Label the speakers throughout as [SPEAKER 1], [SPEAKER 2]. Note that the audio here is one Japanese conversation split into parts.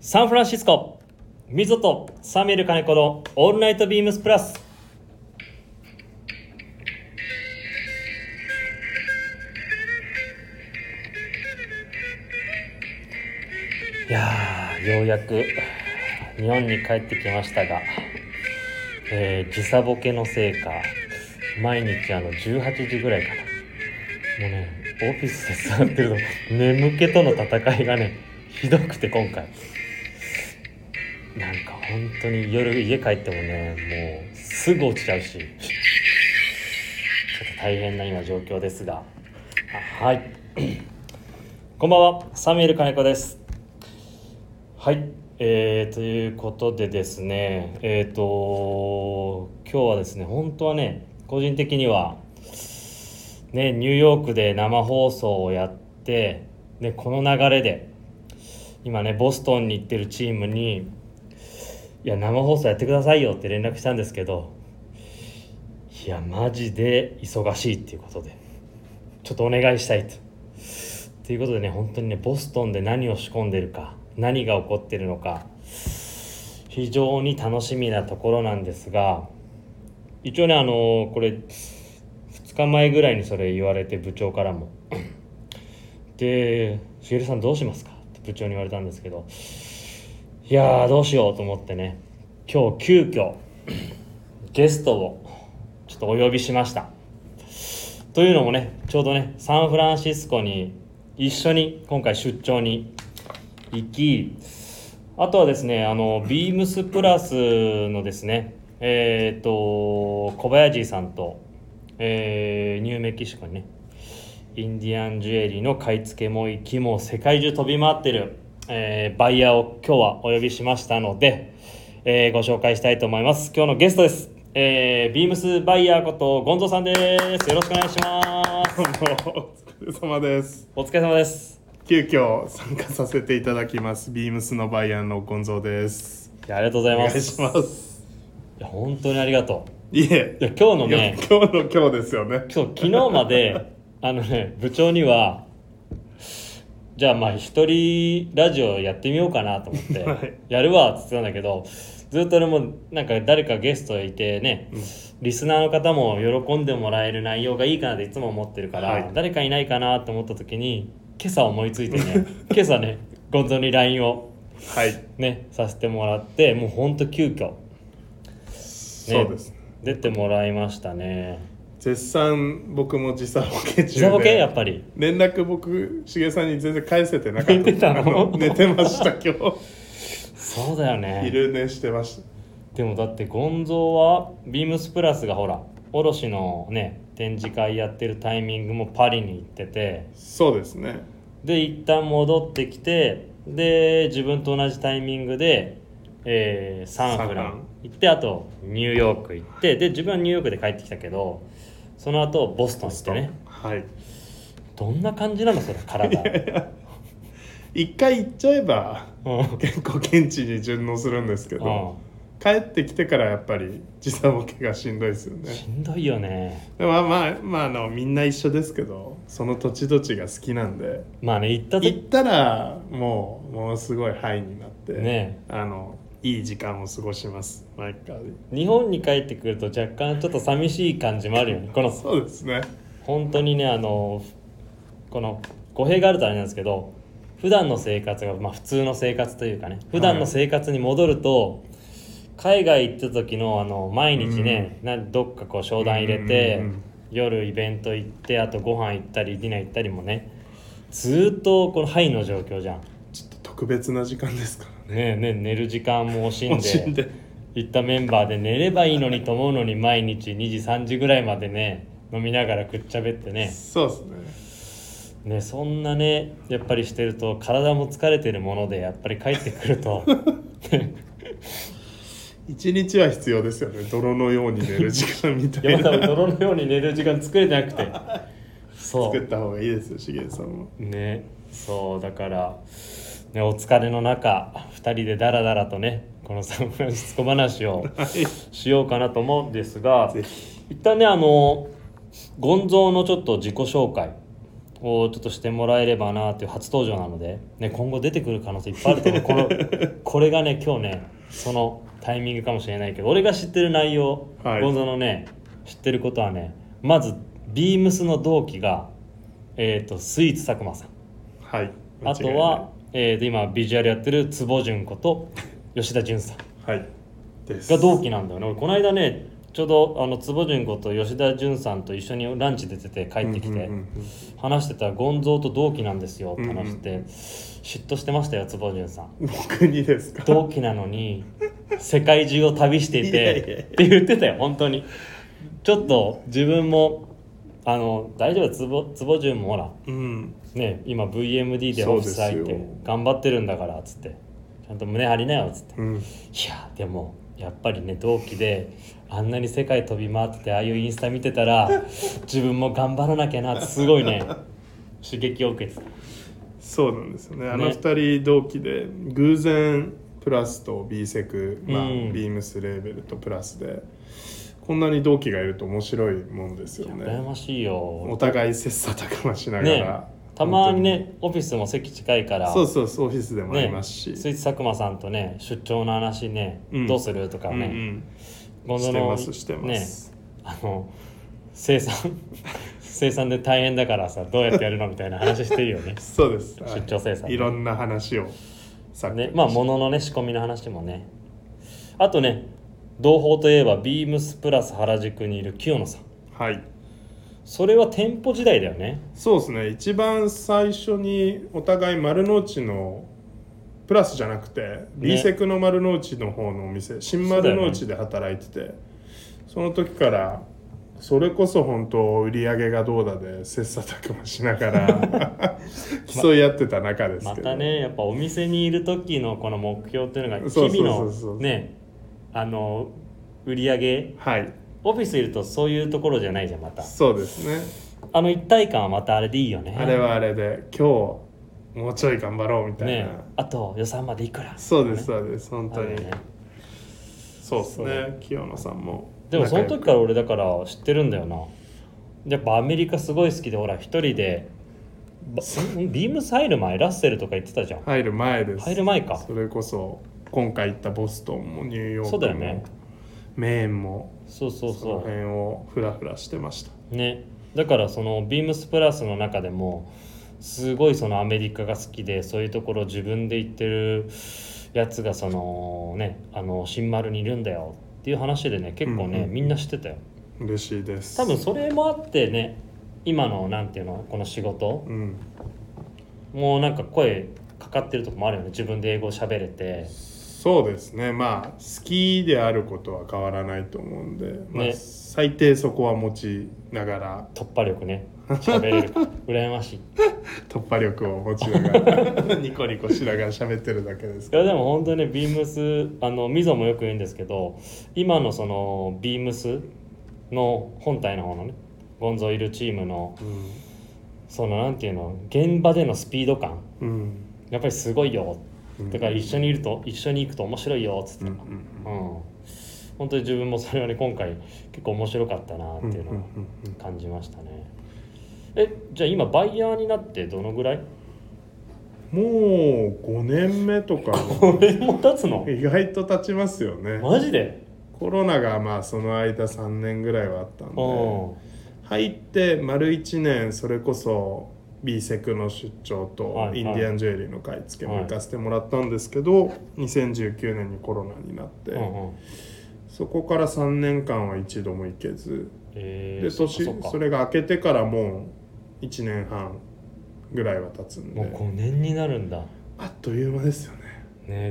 [SPEAKER 1] サンフランシスコミゾとサミュエル金子のオールナイトビームスプラスいやーようやく日本に帰ってきましたが、えー時差ボケのせいか毎日あの18時ぐらいかなもうねオフィスで座ってると眠気との戦いがねひどくて今回なんか本当に夜家帰ってもねもうすぐ落ちちゃうしちょっと大変な今状況ですがあはい こんばんはサミュエル金子ですはい、えーということでですねえっ、と今日はですね本当はね個人的にはねニューヨークで生放送をやってでこの流れで今ねボストンに行ってるチームにいや生放送やってくださいよって連絡したんですけどいやマジで忙しいっていうことでちょっとお願いしたいと。ということでね本当にねボストンで何を仕込んでるか何が起こってるのか非常に楽しみなところなんですが一応ねあのこれ2日前ぐらいにそれ言われて部長からもで「しげるさんどうしますか?」って部長に言われたんですけどいやーどうしようと思ってね今日急遽ゲストをちょっとお呼びしましたというのもねちょうどねサンフランシスコに一緒に今回出張に行きあとはですねあのビームスプラスのですねえっ、と小林さんと、えーニューメキシコにねインディアンジュエリーの買い付けも行きも世界中飛び回ってる、えーバイヤーを今日はお呼びしましたので、えーご紹介したいと思います今日のゲストです、えービームスバイヤーことゴンゾーさんですよろしくお願いします
[SPEAKER 2] どうもお疲れ様です
[SPEAKER 1] お疲れ様です
[SPEAKER 2] 急遽参加させていただきますビームスのバイヤーのゴンゾーです
[SPEAKER 1] いやありがとうござい
[SPEAKER 2] お願
[SPEAKER 1] ま
[SPEAKER 2] い
[SPEAKER 1] す
[SPEAKER 2] します
[SPEAKER 1] いや本当にありがと
[SPEAKER 2] いえ
[SPEAKER 1] ういや今日のね
[SPEAKER 2] いや今日の今日ですよね
[SPEAKER 1] そう昨日ま であのね部長にはじゃあまあ一人ラジオやってみようかなと思って、
[SPEAKER 2] はい
[SPEAKER 1] やるわっつってたんだけどずっと俺もなんか誰かゲストいてね、リスナーの方も喜んでもらえる内容がいいかなっていつも思ってるから、
[SPEAKER 2] はい
[SPEAKER 1] 誰かいないかなと思った時に今朝思いついてね 今朝ねゴンゾに LINE を
[SPEAKER 2] はい
[SPEAKER 1] ねさせてもらってもうほんと急遽、ね、
[SPEAKER 2] そうですね
[SPEAKER 1] 出てもらいましたね
[SPEAKER 2] 絶賛僕も時差ボケ中で
[SPEAKER 1] 時差ボケやっぱり
[SPEAKER 2] 連絡僕しげさんに全然返せてなかった
[SPEAKER 1] 寝てたの
[SPEAKER 2] あ寝てました今
[SPEAKER 1] そうだよね
[SPEAKER 2] 日昼寝してました
[SPEAKER 1] でもだってゴンゾーはビームスプラスがほら卸のね展示会やってるタイミングもパリに行ってて
[SPEAKER 2] そうですね
[SPEAKER 1] で一旦戻ってきてで自分と同じタイミングで、えーサンフラ
[SPEAKER 2] サンフラ
[SPEAKER 1] ン
[SPEAKER 2] ン
[SPEAKER 1] 行ってあとニューヨーク行ってで自分はニューヨークで帰ってきたけどその後ボストン行ってね
[SPEAKER 2] はい
[SPEAKER 1] どんな感じなのそれ体
[SPEAKER 2] 一回行っちゃえば
[SPEAKER 1] うんうん
[SPEAKER 2] 結構現地に順応するんですけど、帰ってきてからやっぱり時差ボケがしんどいですよ
[SPEAKER 1] し
[SPEAKER 2] ね
[SPEAKER 1] んどいよね
[SPEAKER 2] でもまあまああのみんな一緒ですけどその土地土地が好きなんで
[SPEAKER 1] まあね行った
[SPEAKER 2] 行
[SPEAKER 1] 時
[SPEAKER 2] ったらもうものすごいハイになって、
[SPEAKER 1] ね
[SPEAKER 2] あのいい時間を過ごします毎回
[SPEAKER 1] 日本に帰ってくると若干ちょっと寂しい感じもあるよねこの
[SPEAKER 2] そうですね
[SPEAKER 1] 本当にねあのこの語弊があるとあれなんですけど普段の生活が、まあ、普通の生活というかね普段の生活に戻ると、海外行った時のあの毎日ね、などっかこう商談入れて、
[SPEAKER 2] うんうんうん
[SPEAKER 1] 夜イベント行ってあとご飯行ったりディナー行ったりもねずーっとこのハイの状況じゃん。ね
[SPEAKER 2] ちょっと特別な時間ですからね
[SPEAKER 1] えねえ寝る時間も惜しん
[SPEAKER 2] 楽しん
[SPEAKER 1] で
[SPEAKER 2] で
[SPEAKER 1] 行ったメンバーで寝ればいいのにと思うのに毎日2時3時ぐらいまでね飲みながらくっちゃべってね
[SPEAKER 2] そうですね
[SPEAKER 1] ね、そんなねやっぱりしてると体も疲れてるものでやっぱり帰ってくる と
[SPEAKER 2] 一日は必要ですよね泥のように寝る時間みた
[SPEAKER 1] いや
[SPEAKER 2] い
[SPEAKER 1] まだ
[SPEAKER 2] な
[SPEAKER 1] 泥のように寝る時間作れてなくて そ
[SPEAKER 2] 作っ
[SPEAKER 1] う
[SPEAKER 2] た方がいいですよしげさんも
[SPEAKER 1] ねそうだから、ね、お疲れの中2人でダラダラとねこのサンフランシスコ話を
[SPEAKER 2] はい
[SPEAKER 1] しようかなと思うんですが
[SPEAKER 2] ぜ
[SPEAKER 1] 一旦ねあのゴンゾーのちょっと自己紹介をちょっとしてもらえればなという初登場なので、ね、今後出てくる可能性いっぱいあると思うこのこれがね今日ねそのタイミングかもしれないけど俺が知ってる内容、
[SPEAKER 2] はい
[SPEAKER 1] ゴンゾのね知ってることはねまずビームスの同期が、えー、とスイーツ佐久間さん
[SPEAKER 2] はい
[SPEAKER 1] あとは、えー、と今ビジュアルやってる坪淳子と吉田淳さん
[SPEAKER 2] 間違いないはいです
[SPEAKER 1] が同期なんだよね俺この間ねちょうどあの坪淳子と吉田淳さんと一緒にランチ出てて帰ってきて、
[SPEAKER 2] うんうんうんうん
[SPEAKER 1] 話してたら「ゴンゾーと同期なんですよ」って話して、
[SPEAKER 2] うん
[SPEAKER 1] 嫉妬してましたよ坪淳さん
[SPEAKER 2] 僕にですか
[SPEAKER 1] 同期なのに世界中を旅してい
[SPEAKER 2] いやいやいや
[SPEAKER 1] てって言ってたよ本当にちょっと自分もあの大丈夫坪坪淳もほら
[SPEAKER 2] うん
[SPEAKER 1] ね今 VMD で
[SPEAKER 2] そ
[SPEAKER 1] オ
[SPEAKER 2] う
[SPEAKER 1] フ
[SPEAKER 2] です
[SPEAKER 1] サ
[SPEAKER 2] よ
[SPEAKER 1] イて頑張ってるんだからっつってちゃんと胸張りなよっつって
[SPEAKER 2] うん
[SPEAKER 1] いやでもやっぱりね同期であんなに世界飛び回っててああいうインスタ見てたら 自分も頑張らなきゃなってすごい ね刺激を受けてた
[SPEAKER 2] そうなんですよねあの
[SPEAKER 1] ね
[SPEAKER 2] 2人同期で偶然プラスと B セク、まあ
[SPEAKER 1] うん
[SPEAKER 2] ビームスレーベルとプラスでこんなに同期がいると面白いもんですよ
[SPEAKER 1] 羨
[SPEAKER 2] ね
[SPEAKER 1] ましい
[SPEAKER 2] お
[SPEAKER 1] よ
[SPEAKER 2] 互い切磋琢磨しながら、
[SPEAKER 1] ねたまにねオフィスも席近いから
[SPEAKER 2] 本当にそうそうそうオフィスでもあり
[SPEAKER 1] ね
[SPEAKER 2] ます
[SPEAKER 1] ス
[SPEAKER 2] し、
[SPEAKER 1] イーツ佐久間さんとね出張の話ね、
[SPEAKER 2] うん
[SPEAKER 1] どうするとか
[SPEAKER 2] うんう
[SPEAKER 1] ね、
[SPEAKER 2] ん
[SPEAKER 1] ゴン
[SPEAKER 2] し
[SPEAKER 1] ゾ
[SPEAKER 2] て
[SPEAKER 1] の
[SPEAKER 2] ますしてま
[SPEAKER 1] ね
[SPEAKER 2] す、
[SPEAKER 1] あの生 産生産で大変だからさどうやってやるのみたいな話してるよね
[SPEAKER 2] そうですはい
[SPEAKER 1] 出張生産
[SPEAKER 2] いろんな話をさっき
[SPEAKER 1] ねまあ物のね仕込みの話もねあとね同胞といえばビームスプラス原宿にいる清野さん
[SPEAKER 2] はい
[SPEAKER 1] それは店舗時代だよね
[SPEAKER 2] そうですね一番最初にお互い丸の内のプラスじゃなくて B セクの丸の内の方のお店、新丸の内で働いててそ,、の時からそれこそ本当売り上げがどうだで切磋琢磨しな がら競い合ってた中ですけど、
[SPEAKER 1] またねやっぱお店にいる時のこの目標っていうのが
[SPEAKER 2] そうそう
[SPEAKER 1] 日
[SPEAKER 2] そ
[SPEAKER 1] 々
[SPEAKER 2] うそ
[SPEAKER 1] の
[SPEAKER 2] う
[SPEAKER 1] ねあの売り上げ
[SPEAKER 2] はい
[SPEAKER 1] オフィスいるとそういうところじゃないじゃんまた
[SPEAKER 2] そうですね
[SPEAKER 1] あの一体感はまたあれでいいよね
[SPEAKER 2] あれはあれで今日もうちょい頑張ろうみたいな、
[SPEAKER 1] ねあと予算までいくら
[SPEAKER 2] そうですそうです本
[SPEAKER 1] あ
[SPEAKER 2] 当
[SPEAKER 1] る
[SPEAKER 2] に、
[SPEAKER 1] よね
[SPEAKER 2] そうです
[SPEAKER 1] そうだ
[SPEAKER 2] ね清野さんも
[SPEAKER 1] でもその
[SPEAKER 2] 仲良
[SPEAKER 1] 時
[SPEAKER 2] く
[SPEAKER 1] から俺だから知ってるんだよなやっぱアメリカすごい好きでほら一人でばんビームス入る前ラッセルとか行ってたじゃん
[SPEAKER 2] 入る前です
[SPEAKER 1] 入る前か
[SPEAKER 2] それこそ今回行ったボストンもニューヨーク
[SPEAKER 1] そうだよ
[SPEAKER 2] も、
[SPEAKER 1] ね
[SPEAKER 2] メーンも
[SPEAKER 1] そうそう
[SPEAKER 2] その
[SPEAKER 1] そ
[SPEAKER 2] 辺をフラフラしてました
[SPEAKER 1] うねだからそのビームスプラスの中でもすごいそのアメリカが好きでそういうところ自分で行ってるやつがそのねあの新丸にいるんだよっていう話でね結構ね、
[SPEAKER 2] うんうんうん
[SPEAKER 1] みんな知ってたよ
[SPEAKER 2] 嬉しいです
[SPEAKER 1] 多分それもあってね今のなんていうのこの仕事
[SPEAKER 2] うん
[SPEAKER 1] もうなんか声かかってるとこもあるよね自分で英語喋れて
[SPEAKER 2] そうですねまあ好きであることは変わらないと思うんで、まあ
[SPEAKER 1] ね
[SPEAKER 2] 最低そこは持ちながら
[SPEAKER 1] 突破力ね喋れる羨ましいい
[SPEAKER 2] 突破力を持ちなが らニコニコしながら喋ってるだけですけ
[SPEAKER 1] やでも本当にねビームスあの溝もよく言うんですけど今のそのビームスの本体の方のねゴンゾイルチームの
[SPEAKER 2] ど
[SPEAKER 1] そのなんていうの現場でのスピード感
[SPEAKER 2] うん、うん
[SPEAKER 1] やっぱりすごいよ
[SPEAKER 2] うん
[SPEAKER 1] だから一緒にいると一緒に行くと面白いよっつって
[SPEAKER 2] う
[SPEAKER 1] た
[SPEAKER 2] ん
[SPEAKER 1] う
[SPEAKER 2] うんんうん
[SPEAKER 1] 本当に自分もそれはね今回結構面白かったなっていうのが、
[SPEAKER 2] うんうんうんうん
[SPEAKER 1] 感じましたねえじゃあ今バイヤーになってどのぐらい
[SPEAKER 2] もう5年目とか
[SPEAKER 1] これも経つの
[SPEAKER 2] 意外と経ちますよね
[SPEAKER 1] マジで
[SPEAKER 2] コロナがまあその間3年ぐらいはあったん
[SPEAKER 1] う
[SPEAKER 2] で
[SPEAKER 1] ん
[SPEAKER 2] 入って丸1年それこそ B セクの出張
[SPEAKER 1] はい
[SPEAKER 2] と
[SPEAKER 1] はい
[SPEAKER 2] インディアンジュエリーの買い付けも行かせてもらったんですけど、2019年にコロナになって、
[SPEAKER 1] うんうん
[SPEAKER 2] そこから3年間は一度も行けず
[SPEAKER 1] えー
[SPEAKER 2] で
[SPEAKER 1] そっか
[SPEAKER 2] 年
[SPEAKER 1] そ
[SPEAKER 2] そ
[SPEAKER 1] っか
[SPEAKER 2] れが明けてからもう1年半ぐらいは経つん
[SPEAKER 1] もう
[SPEAKER 2] で
[SPEAKER 1] 5年になるんだ
[SPEAKER 2] あっという間ですよね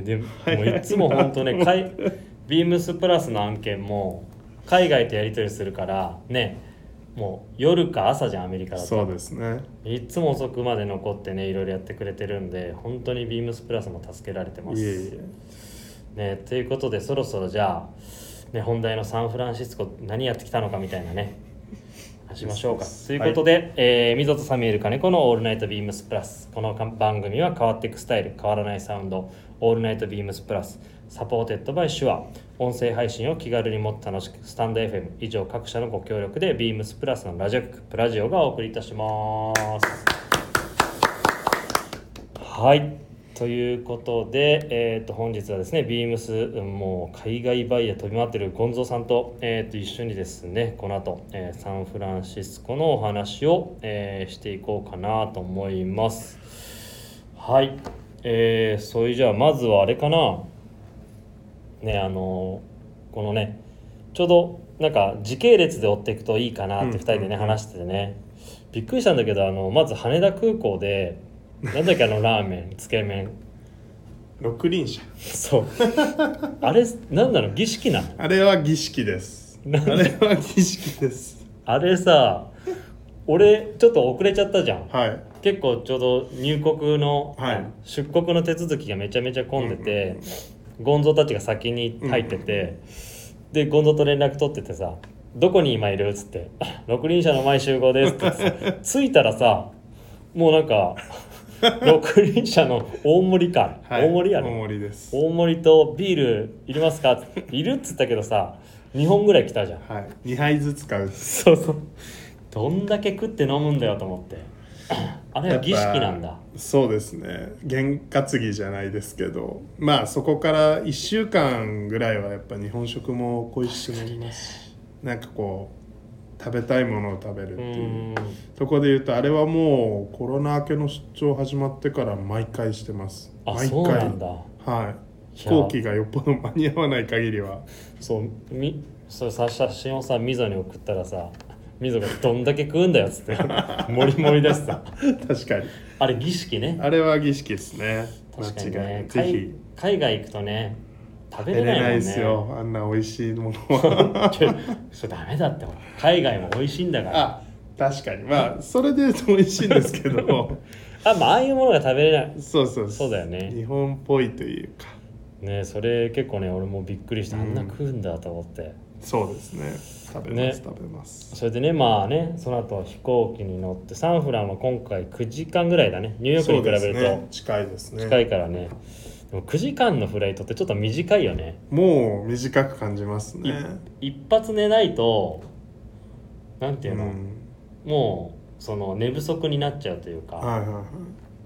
[SPEAKER 1] ねでも
[SPEAKER 2] いはいう
[SPEAKER 1] いつも本当 ねかいビームスプラスの案件も海外とやり取りするからねもう夜か朝じゃんアメリカだ
[SPEAKER 2] そう
[SPEAKER 1] と
[SPEAKER 2] ですね
[SPEAKER 1] いつも遅くまで残ってねいろいろやってくれてるんで本当にビームスプラスも助けられてま
[SPEAKER 2] い
[SPEAKER 1] す
[SPEAKER 2] えいえ
[SPEAKER 1] ね、ということでそろそろじゃあ、ね、本題のサンフランシスコ何やってきたのかみたいなね話しましょうか。
[SPEAKER 2] です
[SPEAKER 1] ということで、えー溝とサミュエル金子の「オールナイトビームスプラス」この番組は変わっていくスタイル変わらないサウンド「オールナイトビームスプラス」サポーテッドバイシュア音声配信を気軽にもっと楽しくスタンド FM 以上各社のご協力でビームスプラスのラジオ局プラジオがお送りいたします。はいということで、えー、と本日はですねビームスうんもう海外バイヤー飛び回ってるゴンゾーさんと,、えー、と一緒にですねこの後、えーサンフランシスコのお話を、えーしていこうかなと思いますはいえー、それじゃあまずはあれかなねあのーこのねちょうどなんか時系列で追っていくといいかなって
[SPEAKER 2] うん
[SPEAKER 1] 2人でね、
[SPEAKER 2] うん
[SPEAKER 1] 話しててねびっくりしたんだけどあのまず羽田空港でなんだっけあのラーメ ンつけ麺
[SPEAKER 2] 六輪車
[SPEAKER 1] そうあれなんなの儀式なの
[SPEAKER 2] あれは儀式ですあれ
[SPEAKER 1] なんで
[SPEAKER 2] は儀式です
[SPEAKER 1] あれさ俺ちょっと遅れちゃったじゃん
[SPEAKER 2] はい
[SPEAKER 1] 結構ちょうど入国の、
[SPEAKER 2] はい
[SPEAKER 1] 出国の手続きがめちゃめちゃ混んでて、ゴンゾーたちが先に入ってて、でゴンゾーと連絡取っててさ「どこに今いる?」っつって 「六輪車の前集合です」って言って さ着いたらさもうなん か六輪車の大盛りか、
[SPEAKER 2] はい
[SPEAKER 1] 大盛りや
[SPEAKER 2] 大
[SPEAKER 1] ね
[SPEAKER 2] 盛りです
[SPEAKER 1] 大盛りとビールいりますかっているっつったけどさ2本ぐらい来たじゃん
[SPEAKER 2] はい二杯ずつ買う
[SPEAKER 1] そうそうどんだけ食って飲むんだよと思って あれは儀式なんだ
[SPEAKER 2] そうですね験担ぎじゃないですけどまあそこから1週間ぐらいはやっぱ日本食も恋しくなりますしなんかこう食べたいものを食べるっ
[SPEAKER 1] う
[SPEAKER 2] ていう
[SPEAKER 1] ーん
[SPEAKER 2] とこで言うとあれはもうコロナ明けの出張始まってから毎回してます
[SPEAKER 1] あ
[SPEAKER 2] 毎回
[SPEAKER 1] そうなんだ
[SPEAKER 2] はい
[SPEAKER 1] い
[SPEAKER 2] 飛
[SPEAKER 1] や
[SPEAKER 2] 行機がよっぽど間に合わない限りは
[SPEAKER 1] そうみそれさ写真をさみぞに送ったらさみぞが「どんだけ食うんだよ」っつって もりもりだしさ
[SPEAKER 2] 確かに
[SPEAKER 1] あれ儀式ね
[SPEAKER 2] あれは儀式ですね
[SPEAKER 1] 確かに
[SPEAKER 2] 間違い
[SPEAKER 1] ね
[SPEAKER 2] ないぜ
[SPEAKER 1] 海
[SPEAKER 2] ひ
[SPEAKER 1] 海外行くとね食べ
[SPEAKER 2] 出
[SPEAKER 1] れ
[SPEAKER 2] れ
[SPEAKER 1] ないもんね
[SPEAKER 2] ないですよ、あんな美味しいもの は
[SPEAKER 1] ちょそれダメだってほら海外も美味しいんだから
[SPEAKER 2] あ確かにまあそれで言うと美味しいんですけ ど
[SPEAKER 1] あまあああいうものが食べれない
[SPEAKER 2] そうそう
[SPEAKER 1] そうだよね
[SPEAKER 2] 日本っぽいというか
[SPEAKER 1] ねそれ結構ね俺もびっくりしたあんな食うんだと思って、
[SPEAKER 2] そうですね食べます、
[SPEAKER 1] ね
[SPEAKER 2] 食べます
[SPEAKER 1] それでねまあねその後飛行機に乗ってサンフランは今回9時間ぐらいだねニューヨークに比べ
[SPEAKER 2] そうです
[SPEAKER 1] る
[SPEAKER 2] ね近いです
[SPEAKER 1] と
[SPEAKER 2] ね
[SPEAKER 1] 近いからねでも9時間のフライトってちょっと短いよね
[SPEAKER 2] もう短く感じますね
[SPEAKER 1] 一発寝ないとなんていううの、
[SPEAKER 2] ん
[SPEAKER 1] もうその寝不足になっちゃうというか、
[SPEAKER 2] はいはいはい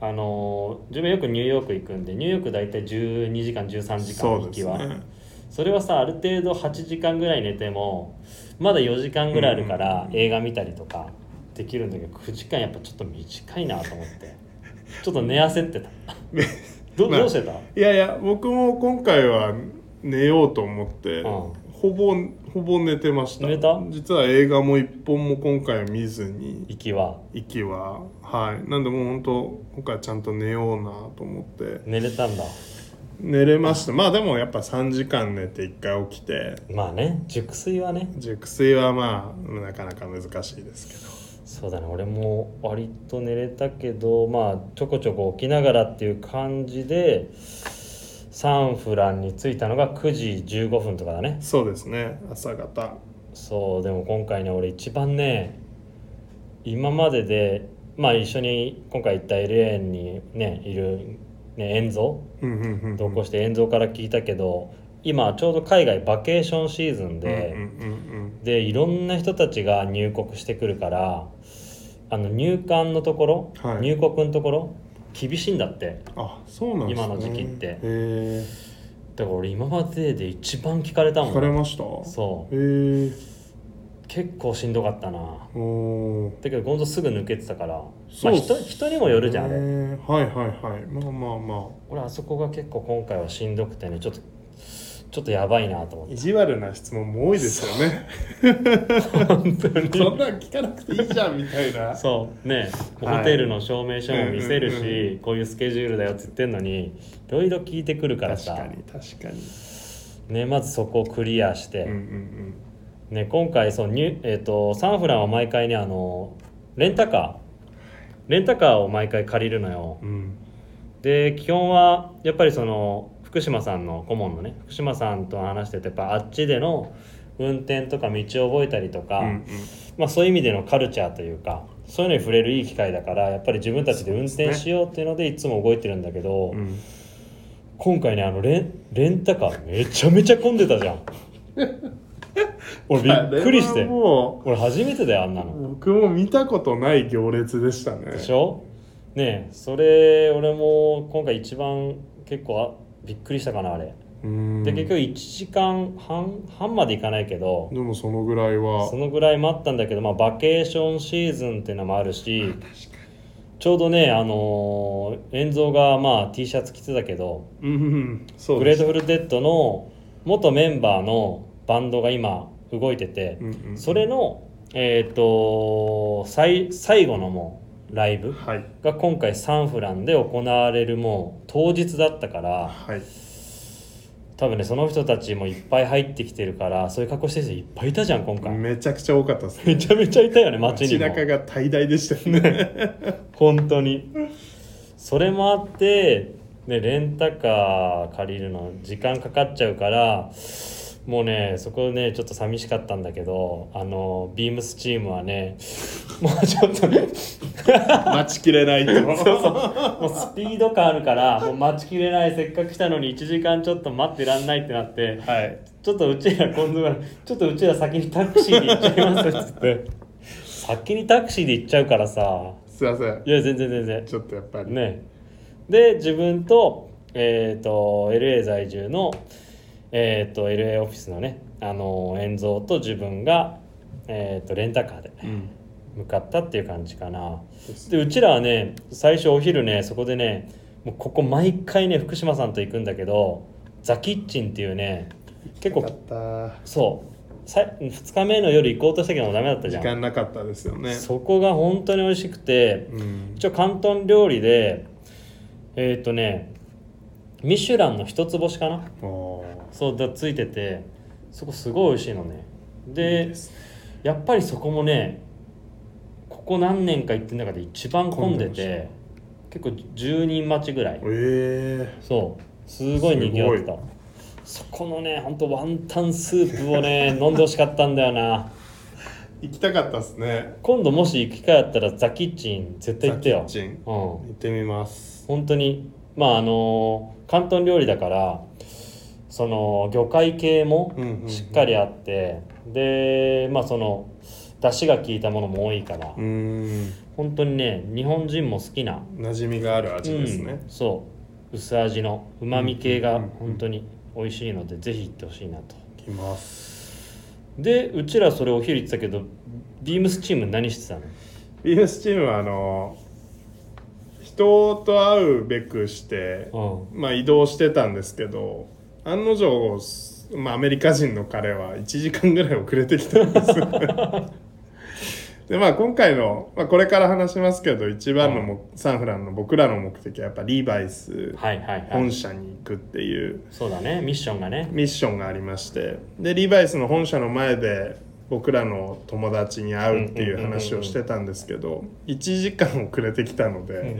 [SPEAKER 1] あのー自分よくニューヨーク行くんでニューヨーク大体12時間13時間
[SPEAKER 2] そう
[SPEAKER 1] 行
[SPEAKER 2] で
[SPEAKER 1] き
[SPEAKER 2] す
[SPEAKER 1] は
[SPEAKER 2] ね
[SPEAKER 1] それはさある程度8時間ぐらい寝てもまだ4時間ぐらいあるか
[SPEAKER 2] うんうん
[SPEAKER 1] ら
[SPEAKER 2] うん
[SPEAKER 1] 映画見たりとかできるんだけど9時間やっぱちょっと短いなと思ってちょっと寝焦っ てたど
[SPEAKER 2] まあ
[SPEAKER 1] どうしてた、
[SPEAKER 2] いやいや僕も今回は寝ようと思って、
[SPEAKER 1] うん
[SPEAKER 2] ほぼほぼ寝てました
[SPEAKER 1] 寝た
[SPEAKER 2] 実は映画も一本も今回見ずに
[SPEAKER 1] 行きは
[SPEAKER 2] 息ははいなんでもう本当今回はちゃんと寝ようなと思って
[SPEAKER 1] 寝れたんだ
[SPEAKER 2] 寝れましたまあでもやっぱ3時間寝て1回起きて
[SPEAKER 1] まあね熟睡はね
[SPEAKER 2] 熟睡はまあなかなか難しいですけ
[SPEAKER 1] そうだね俺も割と寝れたけどまあちょこちょこ起きながらっていう感じでサンフランに着いたのが9時15分とかだね
[SPEAKER 2] どそうですね朝方
[SPEAKER 1] そうでも今回ね俺一番ね今まででまあ一緒に今回行った LA にねいる、ね、遠蔵
[SPEAKER 2] うんうんうん
[SPEAKER 1] 同行して遠蔵から聞いたけど今ちょうど海外バケーションシーズンで、
[SPEAKER 2] うんうんうん
[SPEAKER 1] でいろんな人たちが入国してくるからあの入管のところ、
[SPEAKER 2] はい
[SPEAKER 1] 入国のところ厳しいんだって
[SPEAKER 2] うんあそうなんですね
[SPEAKER 1] 今の時期って
[SPEAKER 2] へえ
[SPEAKER 1] だから俺今までで一番聞かれたもん
[SPEAKER 2] 疲れました
[SPEAKER 1] そう
[SPEAKER 2] へえ
[SPEAKER 1] 結構しんどかったな
[SPEAKER 2] おおー
[SPEAKER 1] だけどゴンゾすぐ抜けてたから、
[SPEAKER 2] そ
[SPEAKER 1] ま
[SPEAKER 2] う
[SPEAKER 1] あ、
[SPEAKER 2] っす
[SPEAKER 1] 人人にもよるじゃんあれ
[SPEAKER 2] ねはいはいはいまあまあま
[SPEAKER 1] 俺あそこが結構今回はしんどくてねちょっとちょっとやばいなと思
[SPEAKER 2] あ
[SPEAKER 1] って
[SPEAKER 2] 意地悪な質問も多いですよね
[SPEAKER 1] 本当に
[SPEAKER 2] そんなん聞かなくていいじゃんみたい な
[SPEAKER 1] そうね
[SPEAKER 2] はい
[SPEAKER 1] ホテルの証明書も見せるし、
[SPEAKER 2] うんうんうん
[SPEAKER 1] こういうスケジュールだよって言ってんのにいろいろ聞いてくるから
[SPEAKER 2] 確
[SPEAKER 1] さ
[SPEAKER 2] かに確かに
[SPEAKER 1] ね、まずそこをクリアして、
[SPEAKER 2] うんうん
[SPEAKER 1] ね、今回そうニュ、えー、とサンフランは毎回ねあのレンタカーレンタカーを毎回借りるのよ
[SPEAKER 2] うんうん
[SPEAKER 1] で基本はやっぱりその福島さんの顧問のね福島さんと話しててやっぱあっちでの運転とか道を覚えたりとか、
[SPEAKER 2] うんうん
[SPEAKER 1] まあ、そういう意味でのカルチャーというかそういうのに触れるいい機会だからやっぱり自分たちで運
[SPEAKER 2] そうで
[SPEAKER 1] 転
[SPEAKER 2] すね
[SPEAKER 1] しようっていうのでいつも動いてるんだけど、
[SPEAKER 2] うん
[SPEAKER 1] 今回ねあのレンレンタカーめちゃめちゃ混んでたじゃ ん俺びっくりし
[SPEAKER 2] あ
[SPEAKER 1] て
[SPEAKER 2] れはも
[SPEAKER 1] 俺初めてだよあんな
[SPEAKER 2] う
[SPEAKER 1] の
[SPEAKER 2] 僕も見たことない行列でしたね
[SPEAKER 1] でしょねえそれ俺も今回一番結構あびっくりしたかなあれ
[SPEAKER 2] うん
[SPEAKER 1] で結局1時間半半までいかないけど
[SPEAKER 2] でもそのぐらいは
[SPEAKER 1] そのぐらい待ったんだけど、まあ、バケーションシーズンっていうのもあるしちょうどねあのー、遠蔵がまあ T シャツ着てたけど
[SPEAKER 2] うんうんそう
[SPEAKER 1] グレー
[SPEAKER 2] です
[SPEAKER 1] トフルデッドの元メンバーのバンドが今動いてて
[SPEAKER 2] うんうんうん
[SPEAKER 1] それのえっ、と最最後のもうライブ
[SPEAKER 2] はい
[SPEAKER 1] が今回サンフランで行われるもう当日だったから
[SPEAKER 2] はい
[SPEAKER 1] 多分ねその人たちもいっぱい入ってきてるからそういう格好してる人いっぱいいたじゃん今回
[SPEAKER 2] めちゃくちゃ多かったですね
[SPEAKER 1] めちゃめちゃいたよね街に
[SPEAKER 2] 街
[SPEAKER 1] も
[SPEAKER 2] 中が大大でしたよね
[SPEAKER 1] 本当にそれもあって、ね、レンタカー借りるの時間かかっちゃうからもうねそこねちょっと寂しかったんだけどあのビームスチームはねもうちょっとね
[SPEAKER 2] 待ちきれないと
[SPEAKER 1] もうスピード感あるからもう待ちきれないせっかく来たのに1時間ちょっと待ってらんないってなって
[SPEAKER 2] はい
[SPEAKER 1] ちょっとうちら今度はちょっとうちら先にタクシーで行っちゃいますっつって先にタクシーで行っちゃうからさ
[SPEAKER 2] すいません
[SPEAKER 1] いや全然全然
[SPEAKER 2] ちょっとやっぱり
[SPEAKER 1] ねで自分と,、えー、と LA 在住の、えー、と LA オフィスのねあの遠蔵と自分が、えー、とレンタカーで
[SPEAKER 2] うん
[SPEAKER 1] 向かったっていう感じかな
[SPEAKER 2] です
[SPEAKER 1] でうちらはね最初お昼ねそこでねもうここ毎回ね福島さんと行くんだけどザ・キッチンっていうね結
[SPEAKER 2] よか
[SPEAKER 1] 構
[SPEAKER 2] った
[SPEAKER 1] そうさ2日目の夜行こうとしたけどもダメだったじ
[SPEAKER 2] 時
[SPEAKER 1] ゃん、
[SPEAKER 2] 間なかったですよね
[SPEAKER 1] そこが本当に美味しくて
[SPEAKER 2] うん
[SPEAKER 1] 一応広東料理でえーっ、とねミシュランの一つ星かな
[SPEAKER 2] お
[SPEAKER 1] そうだついててそこすごい美味しいのねで
[SPEAKER 2] ーいいすね
[SPEAKER 1] やっぱりそこもねここ何年か行ってる中で一番混んで
[SPEAKER 2] 混んで
[SPEAKER 1] て結構10人待ちぐらい
[SPEAKER 2] え
[SPEAKER 1] そうすごいにぎわってたそこのねほんとワンタンスープを ね飲んでほしかったんだよな
[SPEAKER 2] え行きたかったですね
[SPEAKER 1] 今度もし行く機会あったらザ・キッチン絶対行って
[SPEAKER 2] ザ
[SPEAKER 1] よ
[SPEAKER 2] キッチ
[SPEAKER 1] う
[SPEAKER 2] ン
[SPEAKER 1] ん
[SPEAKER 2] 行ってみます
[SPEAKER 1] 本当にまああの広東料理だからその魚介系も
[SPEAKER 2] うんうんうん
[SPEAKER 1] しっかりあって、でまあその出汁が効いたものも多いから、
[SPEAKER 2] うーん
[SPEAKER 1] 本当にね日本人も好きな
[SPEAKER 2] 馴染みがある味ですね
[SPEAKER 1] うん、そう薄味のうまみ系
[SPEAKER 2] う
[SPEAKER 1] が
[SPEAKER 2] んうんうんうん
[SPEAKER 1] 本当に美味しいので、ぜひ行ってほしいなと
[SPEAKER 2] 行きます
[SPEAKER 1] でうちらそれお昼行ってたけどビームスチーム何してたの
[SPEAKER 2] ビーフスチームはあの人と会うべくして
[SPEAKER 1] う
[SPEAKER 2] まあ移動してたんですけど案の定まあアメリカ人の彼は1時間ぐらい遅れてきたんですでまあ今回の、まあ、これから話しますけど一番のも、サンフランの僕らの目的はやっぱリーバイス
[SPEAKER 1] んはいはいは
[SPEAKER 2] 本
[SPEAKER 1] い
[SPEAKER 2] 社に行くっていう
[SPEAKER 1] そうだねミッションがね
[SPEAKER 2] ミッションがありましてでリーバイスの本社の前で僕らの友達に会うっていう話をしてたんですけど1時間遅れてきたので、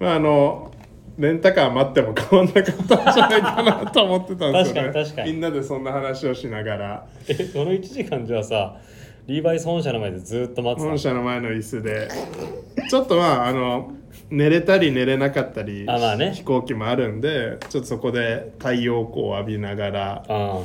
[SPEAKER 2] まああのレンタカー待っても変わんなかったんじゃないかなと思ってたんですよ
[SPEAKER 1] 確
[SPEAKER 2] ね
[SPEAKER 1] かに確かに
[SPEAKER 2] みんなでそんな話をしながら
[SPEAKER 1] えその1時間じゃあさリーバイス本社の前でずっと待ってたの
[SPEAKER 2] 本社の前の椅子でちょっとまああの寝れたり寝れなかったり
[SPEAKER 1] あまあね
[SPEAKER 2] 飛行機もあるんでちょっとそこで太陽光を浴びながら
[SPEAKER 1] うん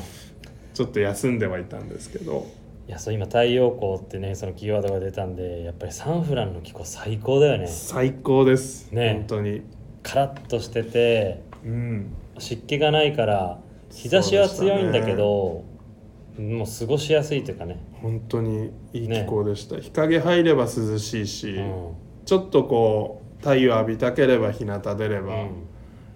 [SPEAKER 2] ちょっと休んではいたんですけど。
[SPEAKER 1] いやそう今太陽光ってねそのキーワードが出たんでやっぱりサンフランの気候最高だよね
[SPEAKER 2] 最高です、
[SPEAKER 1] ね
[SPEAKER 2] 本当に
[SPEAKER 1] カラッとしてて
[SPEAKER 2] うん
[SPEAKER 1] 湿気がないから日差しは強いんだけどもう過ごしやすいというかね、
[SPEAKER 2] 本当にいい気候でした、日陰入れば涼しいし、
[SPEAKER 1] うん
[SPEAKER 2] ちょっとこう太陽浴びたければ日向出れ
[SPEAKER 1] う
[SPEAKER 2] ば、
[SPEAKER 1] ん、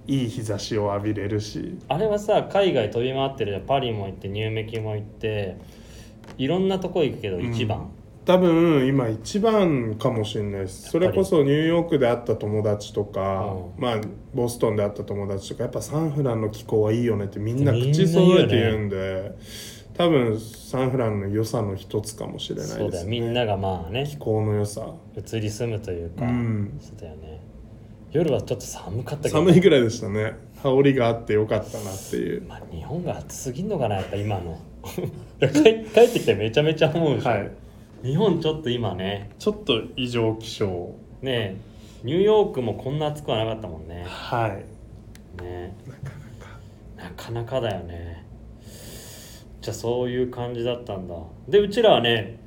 [SPEAKER 2] いい日差しを浴びれるし
[SPEAKER 1] あれはさ海外飛び回ってるじゃんパリも行ってニューメキも行っていろんなとこ行くけど一番、
[SPEAKER 2] 多分今一番かもしれないですそ
[SPEAKER 1] やっ
[SPEAKER 2] れ
[SPEAKER 1] ぱり
[SPEAKER 2] こそニューヨークで会った友達とか、
[SPEAKER 1] う
[SPEAKER 2] まあボストンで会った友達とかやっぱサンフランの気候はいいよねってみんな
[SPEAKER 1] みんな
[SPEAKER 2] 口揃えて
[SPEAKER 1] 言うよね
[SPEAKER 2] 言うんで多分サンフランの良さの一つかもしれないです
[SPEAKER 1] そうだよみんながまあ
[SPEAKER 2] 気
[SPEAKER 1] ね
[SPEAKER 2] 候の良さ
[SPEAKER 1] 移り住むというか、
[SPEAKER 2] うん
[SPEAKER 1] そうだよね夜はちょっと寒かったけど
[SPEAKER 2] 寒いぐらいでしたね羽織があってよかったなっていう
[SPEAKER 1] まあ、日本が暑すぎんのかなやっぱ今の 帰帰ってきてめちゃめちゃ思うでしょ、
[SPEAKER 2] はい
[SPEAKER 1] 日本ちょっと今ね
[SPEAKER 2] ちょっと異常気象
[SPEAKER 1] ねえニューヨークもこんな暑くはなかったもんね
[SPEAKER 2] はい
[SPEAKER 1] ねなかなかなかなかだよねじゃあそういう感じだったんだでうちらはね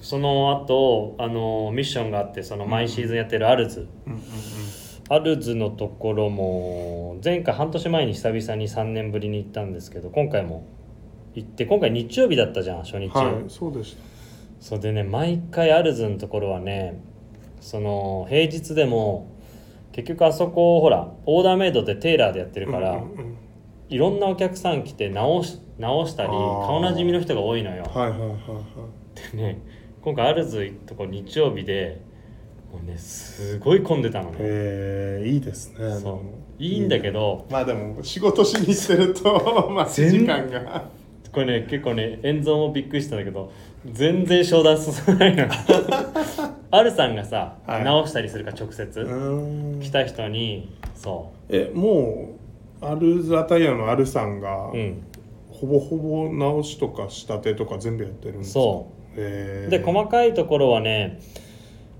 [SPEAKER 1] その後あのミッションがあってその毎シーズンやってるアルズ
[SPEAKER 2] うんうんうん
[SPEAKER 1] アルズのところも前回半年前に久々に3年ぶりに行ったんですけど今回も行って今回日曜日だったじゃん初日、
[SPEAKER 2] はいそうでし
[SPEAKER 1] そうでね毎回アルズのところはねその平日でも結局あそこほらオーダーメイドでテーラーでやって
[SPEAKER 2] た
[SPEAKER 1] るから、
[SPEAKER 2] うんうん
[SPEAKER 1] いろんなお客さん来て直し直したり
[SPEAKER 2] あー
[SPEAKER 1] 顔なじみの人が多いのよ、
[SPEAKER 2] うんはいはいはいは
[SPEAKER 1] で
[SPEAKER 2] い
[SPEAKER 1] ね今回アルズ行ったとこ日曜日でもうねすごい混んでたのね
[SPEAKER 2] えー、いいですねで
[SPEAKER 1] そ
[SPEAKER 2] も
[SPEAKER 1] ういいんだけど、
[SPEAKER 2] まあでも仕事しにしてると まあ
[SPEAKER 1] 全
[SPEAKER 2] 時間が
[SPEAKER 1] これね結構ね演奏もびっくりしたんだけど全然商談進ま ないのアルさんがさ、
[SPEAKER 2] はい
[SPEAKER 1] 直したりするから直接、
[SPEAKER 2] うん
[SPEAKER 1] 来た人にそ
[SPEAKER 2] えもうアルザタイヤのアルさんが、
[SPEAKER 1] ううん
[SPEAKER 2] ほぼほぼ直しとか仕立てとか全部やってるんですか
[SPEAKER 1] そう
[SPEAKER 2] へえ
[SPEAKER 1] で細かいところはね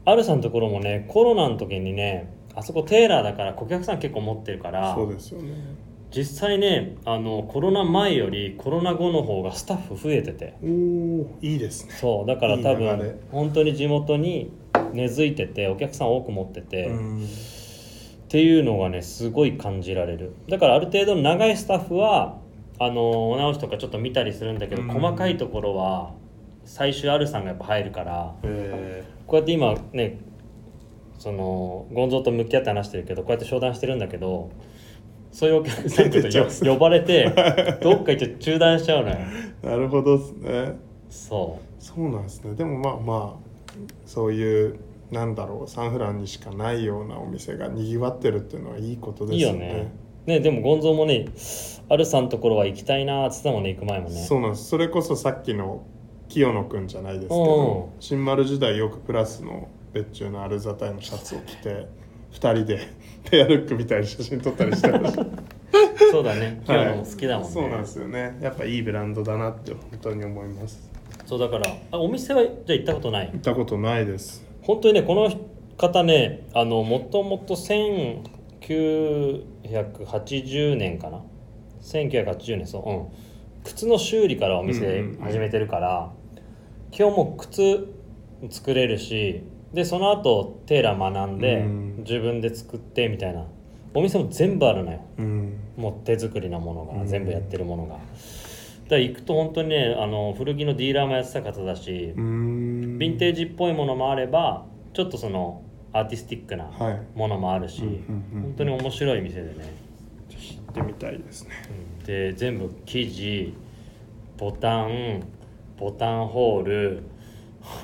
[SPEAKER 1] アルさんのところもねコロナの時にねあそこテーラーだから顧客さん結構持ってるから
[SPEAKER 2] そうですよね
[SPEAKER 1] 実際ねあのコロナ前よりコロナ後の方がスタッフ増えてて
[SPEAKER 2] おおいいですね
[SPEAKER 1] そうだから多
[SPEAKER 2] いい流れ
[SPEAKER 1] 分本当に地元に根付いててお客さん多く持ってて、
[SPEAKER 2] うん
[SPEAKER 1] っていうのがねすごい感じられるだからある程度の長いスタッフはあのお直しとかちょっと見たりするんだけど、
[SPEAKER 2] うん
[SPEAKER 1] 細かいところは最終アルさんがやっぱ入るから
[SPEAKER 2] え
[SPEAKER 1] こうやって今ねそのゴンゾーと向き合って話してるけどこうやって商談してるんだけどそういうお客さんと
[SPEAKER 2] 出てっ ちゃう
[SPEAKER 1] よ呼ばれてどっか行って中断しちゃうのよ
[SPEAKER 2] ー、なるほどですね
[SPEAKER 1] そ
[SPEAKER 2] そうなんですねでもまあまあそういうなんだろうサンフランにしかないようなお店がにぎわってるっていうのはいいこと
[SPEAKER 1] う
[SPEAKER 2] で
[SPEAKER 1] いい
[SPEAKER 2] す
[SPEAKER 1] よ
[SPEAKER 2] よ
[SPEAKER 1] ね
[SPEAKER 2] ね
[SPEAKER 1] ねでもゴンゾーもねアルさんのところは行きたいなーっつってたもんね行く前もね
[SPEAKER 2] そうなんですそれこそさっきの清野くんじゃないですけど
[SPEAKER 1] う
[SPEAKER 2] 新丸時代よくプラスの別注のアルザタイのシャツを着て2人で ペアルックみたいに写真撮ったりして ました
[SPEAKER 1] そうだね今日のも好きだもんね、
[SPEAKER 2] そうなんですよねやっぱいいブランドだなって本当に思います
[SPEAKER 1] そうだからあお店はじゃあ行ったことない
[SPEAKER 2] 行ったことないです
[SPEAKER 1] 本当にねこの方ねあのもともと1980年かな1980年そううん靴の修理からお
[SPEAKER 2] う
[SPEAKER 1] 店
[SPEAKER 2] んうんうん
[SPEAKER 1] 始めてるから、基本もう靴作れるしでその後テーラー学んで、
[SPEAKER 2] うん
[SPEAKER 1] 自分で作ってみたいなお店も全部あるのよ
[SPEAKER 2] うん
[SPEAKER 1] もう手作りのものが、
[SPEAKER 2] うん
[SPEAKER 1] 全部やってるものがだから行くと本当にねあの古着のディーラーもやってた方だし、
[SPEAKER 2] うーん
[SPEAKER 1] ヴィンテージっぽいものもあればちょっとそのアーティスティックな
[SPEAKER 2] はい
[SPEAKER 1] ものもあるし、
[SPEAKER 2] うんうんうん
[SPEAKER 1] 本当に面白い店でね、
[SPEAKER 2] 行ってみたいですね
[SPEAKER 1] で全部生地ボタンボタンホール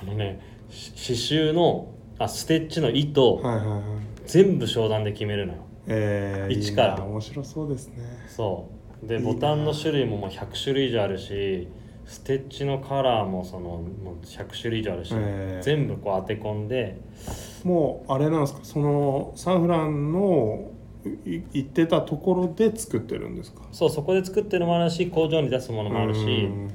[SPEAKER 1] あのねし刺繍のあステッチの糸、
[SPEAKER 2] はいはいはい
[SPEAKER 1] 全部商談で決めるのよ
[SPEAKER 2] えー、
[SPEAKER 1] 一から
[SPEAKER 2] いいな面白そうですね
[SPEAKER 1] そう
[SPEAKER 2] い
[SPEAKER 1] で
[SPEAKER 2] いな
[SPEAKER 1] ボタンの種類ももう100種類以上あるしステッチのカラーもそのもう100種類以上あるし、
[SPEAKER 2] えー
[SPEAKER 1] 全部こう当て込んで
[SPEAKER 2] もうあれなんですかそのサンフランのいい行ってたところで作ってるんですか
[SPEAKER 1] そうそこで作ってるのもあるし工場に出すものもある
[SPEAKER 2] う
[SPEAKER 1] し
[SPEAKER 2] ん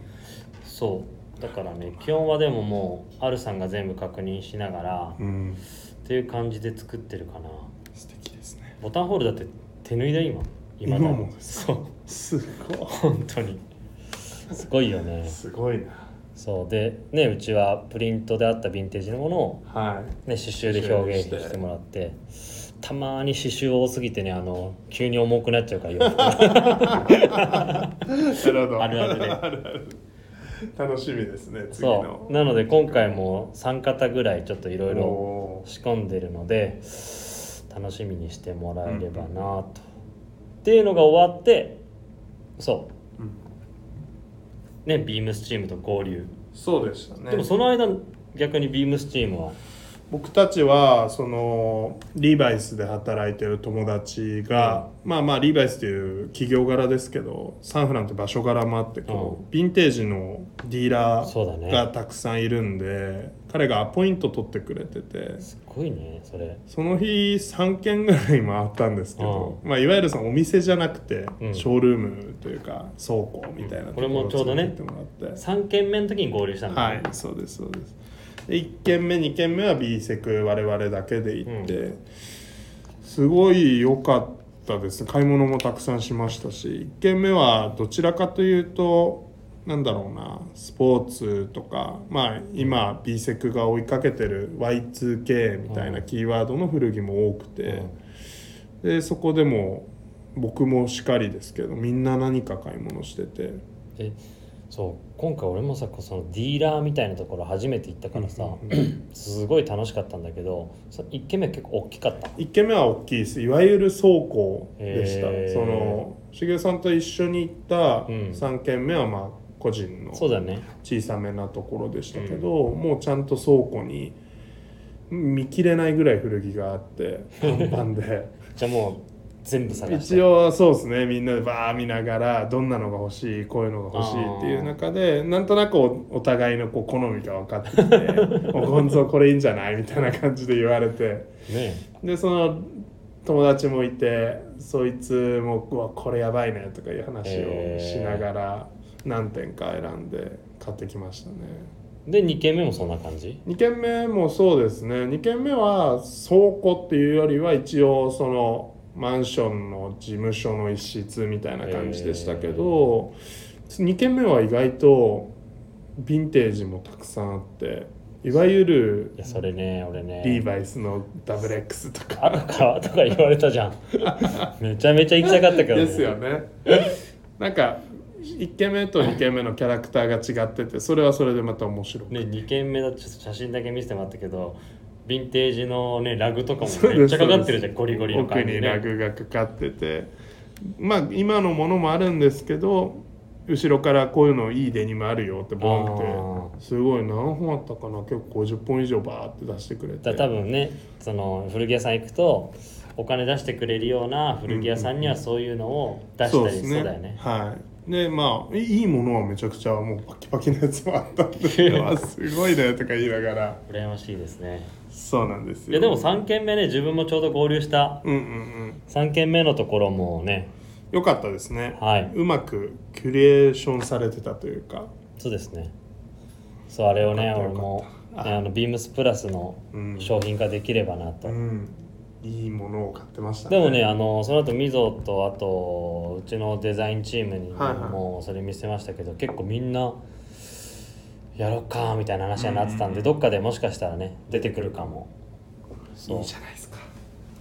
[SPEAKER 1] そうだからね基本はでももうアルさんが全部確認しながら
[SPEAKER 2] うん
[SPEAKER 1] っていう感じで作ってるかな
[SPEAKER 2] 素敵ですね
[SPEAKER 1] ボタンホールだって手縫いだよ今
[SPEAKER 2] 今
[SPEAKER 1] 未だに
[SPEAKER 2] もです
[SPEAKER 1] そう
[SPEAKER 2] すご
[SPEAKER 1] 本当にすごいよね
[SPEAKER 2] いすごいな
[SPEAKER 1] そうでねうちはプリントであったヴィンテージのものを、
[SPEAKER 2] は
[SPEAKER 1] ね、刺繍で表現してもらってたまに刺繍多すぎてねあの急に重くなっちゃうから洋服
[SPEAKER 2] いな るほ ど
[SPEAKER 1] あるあるで
[SPEAKER 2] 楽しみですね次
[SPEAKER 1] そ
[SPEAKER 2] の
[SPEAKER 1] うなので今回も3型ぐらいちょっといろいろ
[SPEAKER 2] おー
[SPEAKER 1] 仕込んでるので楽しみにしてもらえればなと、っていうのが終わってそ
[SPEAKER 2] うん
[SPEAKER 1] うねビームスチームと合流、
[SPEAKER 2] そうでしたね
[SPEAKER 1] でもその間逆にビームスチームは
[SPEAKER 2] 僕たちはそのリーバイスで働いてる友達が、まあまあリーバイスっていう企業柄ですけどサンフランって場所柄もあってこう、ヴィンテージのディーラ
[SPEAKER 1] そうだね
[SPEAKER 2] ーがたくさんいるんで彼がアポイント取ってくれてて
[SPEAKER 1] すごいねそれ
[SPEAKER 2] その日3軒ぐらい回ったんですけど、まあ、いわゆるそのお店じゃなくて、
[SPEAKER 1] うん
[SPEAKER 2] ショールームというか倉庫みたいなところ
[SPEAKER 1] うんこれもちょうどね
[SPEAKER 2] 連れてってもらって
[SPEAKER 1] 3軒目の時に合流したんだ、
[SPEAKER 2] はい、そうですそうです。で1軒目2軒目は B セク我々だけで行って、すごい良かったです買い物もたくさんしましたし1軒目はどちらかというとなんだろうなスポーツとか、まあ、今 B セクが追いかけてる Y2K みたいなキーワードの古着も多くて。
[SPEAKER 1] うん
[SPEAKER 2] でそこでも僕もしかりですけどみんな何か買い物してて
[SPEAKER 1] でそう今回俺もさそのディーラーみたいなところ初めて行ったからさ、
[SPEAKER 2] うんうんうん
[SPEAKER 1] すごい楽しかったんだけどそ1軒目結構大きかった
[SPEAKER 2] 1軒目は大きいですいわゆる倉庫でした
[SPEAKER 1] へー
[SPEAKER 2] その茂さんと一緒に行った
[SPEAKER 1] うん
[SPEAKER 2] 3軒目はまあ個人の
[SPEAKER 1] そうだよね
[SPEAKER 2] 小さめなところでしたけど、もうちゃんと倉庫に見切れないぐらい古着があってパンパ ンで
[SPEAKER 1] じゃあもう全部探して
[SPEAKER 2] 一応そうですねみんなでバー見ながらどんなのが欲しいこういうのが欲しいっていう中でなんとなくおお互いのこう好みが分かってきて 「お ゴンゾこれいいんじゃない?」みたいな感じで言われて。
[SPEAKER 1] ね
[SPEAKER 2] でその友達もいてそいつも「うわこれやばいね」とかいう話をしながら何点か選んで買ってきましたね
[SPEAKER 1] で2軒目もそんな感じ
[SPEAKER 2] 2軒目もそうですね2軒目は倉庫っていうよりは一応そのマンションの事務所の一室みたいな感じでしたけど、2軒目は意外とヴィンテージもたくさんあっていわゆる
[SPEAKER 1] いやそれね俺ね
[SPEAKER 2] リーバイスのダブル X とか
[SPEAKER 1] 赤かとか言われたじ ゃんめちゃめちゃ行きたかったけど、
[SPEAKER 2] ですよねなんか1軒目と2軒目のキャラクターが違っててそれはそれでまた面白く
[SPEAKER 1] ね2軒目だとちょっと写真だけ見せてもらったけどヴィンテージのねラグとかも
[SPEAKER 2] そうです
[SPEAKER 1] めっちゃかかってるじゃんゴリゴリの
[SPEAKER 2] 奥
[SPEAKER 1] 感じ、ね、
[SPEAKER 2] にラグがかかっててまあ今のものもあるんですけど後ろからこういうのいいデニムあるよってボンってすごい何本あったかな結構50本以上バーって出してくれて
[SPEAKER 1] だから多分ねその古着屋さん行くとお金出してくれるような古着屋さんにはそういうのを出したりしそうだよね。
[SPEAKER 2] はいでまあいいものはめちゃくちゃもうパキパキのやつもあったんでう わすごいねとか言いながら
[SPEAKER 1] 羨ましいですね。
[SPEAKER 2] そうなんで
[SPEAKER 1] い
[SPEAKER 2] すよ
[SPEAKER 1] やでも3軒目ね自分もちょうど合流した
[SPEAKER 2] うんうんうん
[SPEAKER 1] 3軒目のところもね
[SPEAKER 2] 良かったですね、
[SPEAKER 1] はいう
[SPEAKER 2] まくキュレーションされてたというか、
[SPEAKER 1] そうですねそうあれをね
[SPEAKER 2] よかった
[SPEAKER 1] 俺もねあのビームスプラスの
[SPEAKER 2] うん
[SPEAKER 1] 商品化できればなと。
[SPEAKER 2] うん、いいものを買ってましたね
[SPEAKER 1] でもねあのその後みぞとあとうちのデザインチームに
[SPEAKER 2] はいはい
[SPEAKER 1] もそれ見せましたけど、結構みんなやろうかみたいな話になってたんで、どっかでもしかしたらね出てくるかも
[SPEAKER 2] い
[SPEAKER 1] そ
[SPEAKER 2] いうじゃないですか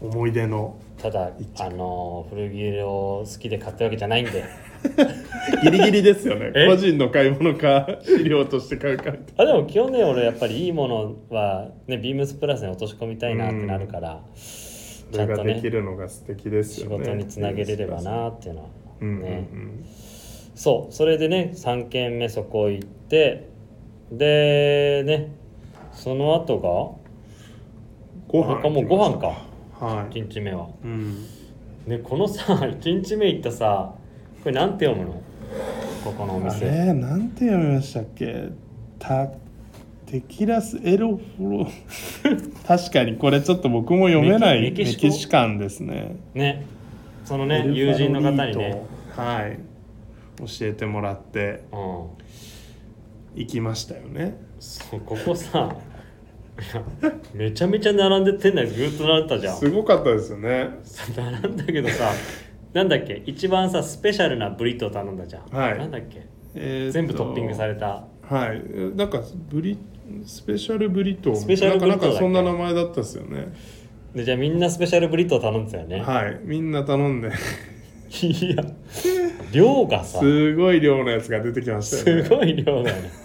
[SPEAKER 2] 思い 出の
[SPEAKER 1] ただ
[SPEAKER 2] いっちゃ
[SPEAKER 1] あの古着を好きで買ったわけじゃないんで
[SPEAKER 2] ギリギリですよね
[SPEAKER 1] え
[SPEAKER 2] 個人の買い物か資料として買うかみた
[SPEAKER 1] あ
[SPEAKER 2] い
[SPEAKER 1] でも基本ね俺やっぱりいいものはねビームスプラスに落とし込みたいなってなるから、ちゃ
[SPEAKER 2] なんの
[SPEAKER 1] と
[SPEAKER 2] が
[SPEAKER 1] ね
[SPEAKER 2] できるのが素敵です
[SPEAKER 1] 仕
[SPEAKER 2] よね
[SPEAKER 1] 事につなげれればなっていうのは
[SPEAKER 2] う
[SPEAKER 1] ね、
[SPEAKER 2] んうんうん、
[SPEAKER 1] そうそれでね3軒目そこ行ってでねその後
[SPEAKER 2] ご
[SPEAKER 1] がなん
[SPEAKER 2] 飯
[SPEAKER 1] かもうご飯か
[SPEAKER 2] はい、
[SPEAKER 1] 1日目は
[SPEAKER 2] うん、
[SPEAKER 1] ねこのさ1 日目行ったさこれなんて読むのここのお
[SPEAKER 2] あ
[SPEAKER 1] 店
[SPEAKER 2] れなんて読みましたっけたテキラスエロフロ 確かにこれちょっと僕も読めない
[SPEAKER 1] メ
[SPEAKER 2] メ
[SPEAKER 1] キ
[SPEAKER 2] キ
[SPEAKER 1] メキシコ
[SPEAKER 2] シカンですね
[SPEAKER 1] ねその
[SPEAKER 2] エ
[SPEAKER 1] ね
[SPEAKER 2] ルファ
[SPEAKER 1] 友
[SPEAKER 2] ロリー
[SPEAKER 1] 人の方に
[SPEAKER 2] と
[SPEAKER 1] ね
[SPEAKER 2] はい教えてもらって
[SPEAKER 1] うん
[SPEAKER 2] 行きましたよね
[SPEAKER 1] そうここさいやめちゃめちゃ並んで店内ずっと並んでたじゃん
[SPEAKER 2] すごかったですよね
[SPEAKER 1] さ 並んだけどさなんだっけ一番さスペシャルなブリトー頼んだじゃん、
[SPEAKER 2] はい
[SPEAKER 1] なんだっけ
[SPEAKER 2] えーっと
[SPEAKER 1] 全部トッピングされた
[SPEAKER 2] はいなんかブリスペシャルブリトー
[SPEAKER 1] スペシャルブリトーだっ
[SPEAKER 2] な
[SPEAKER 1] け
[SPEAKER 2] んかなんかそんな名前だったですよね
[SPEAKER 1] でじゃあみんなスペシャルブリトー頼んでたよね、
[SPEAKER 2] はいみんな頼んで
[SPEAKER 1] いや量がさす
[SPEAKER 2] すごい量のやつが出てきまし たよね
[SPEAKER 1] ごい量だよね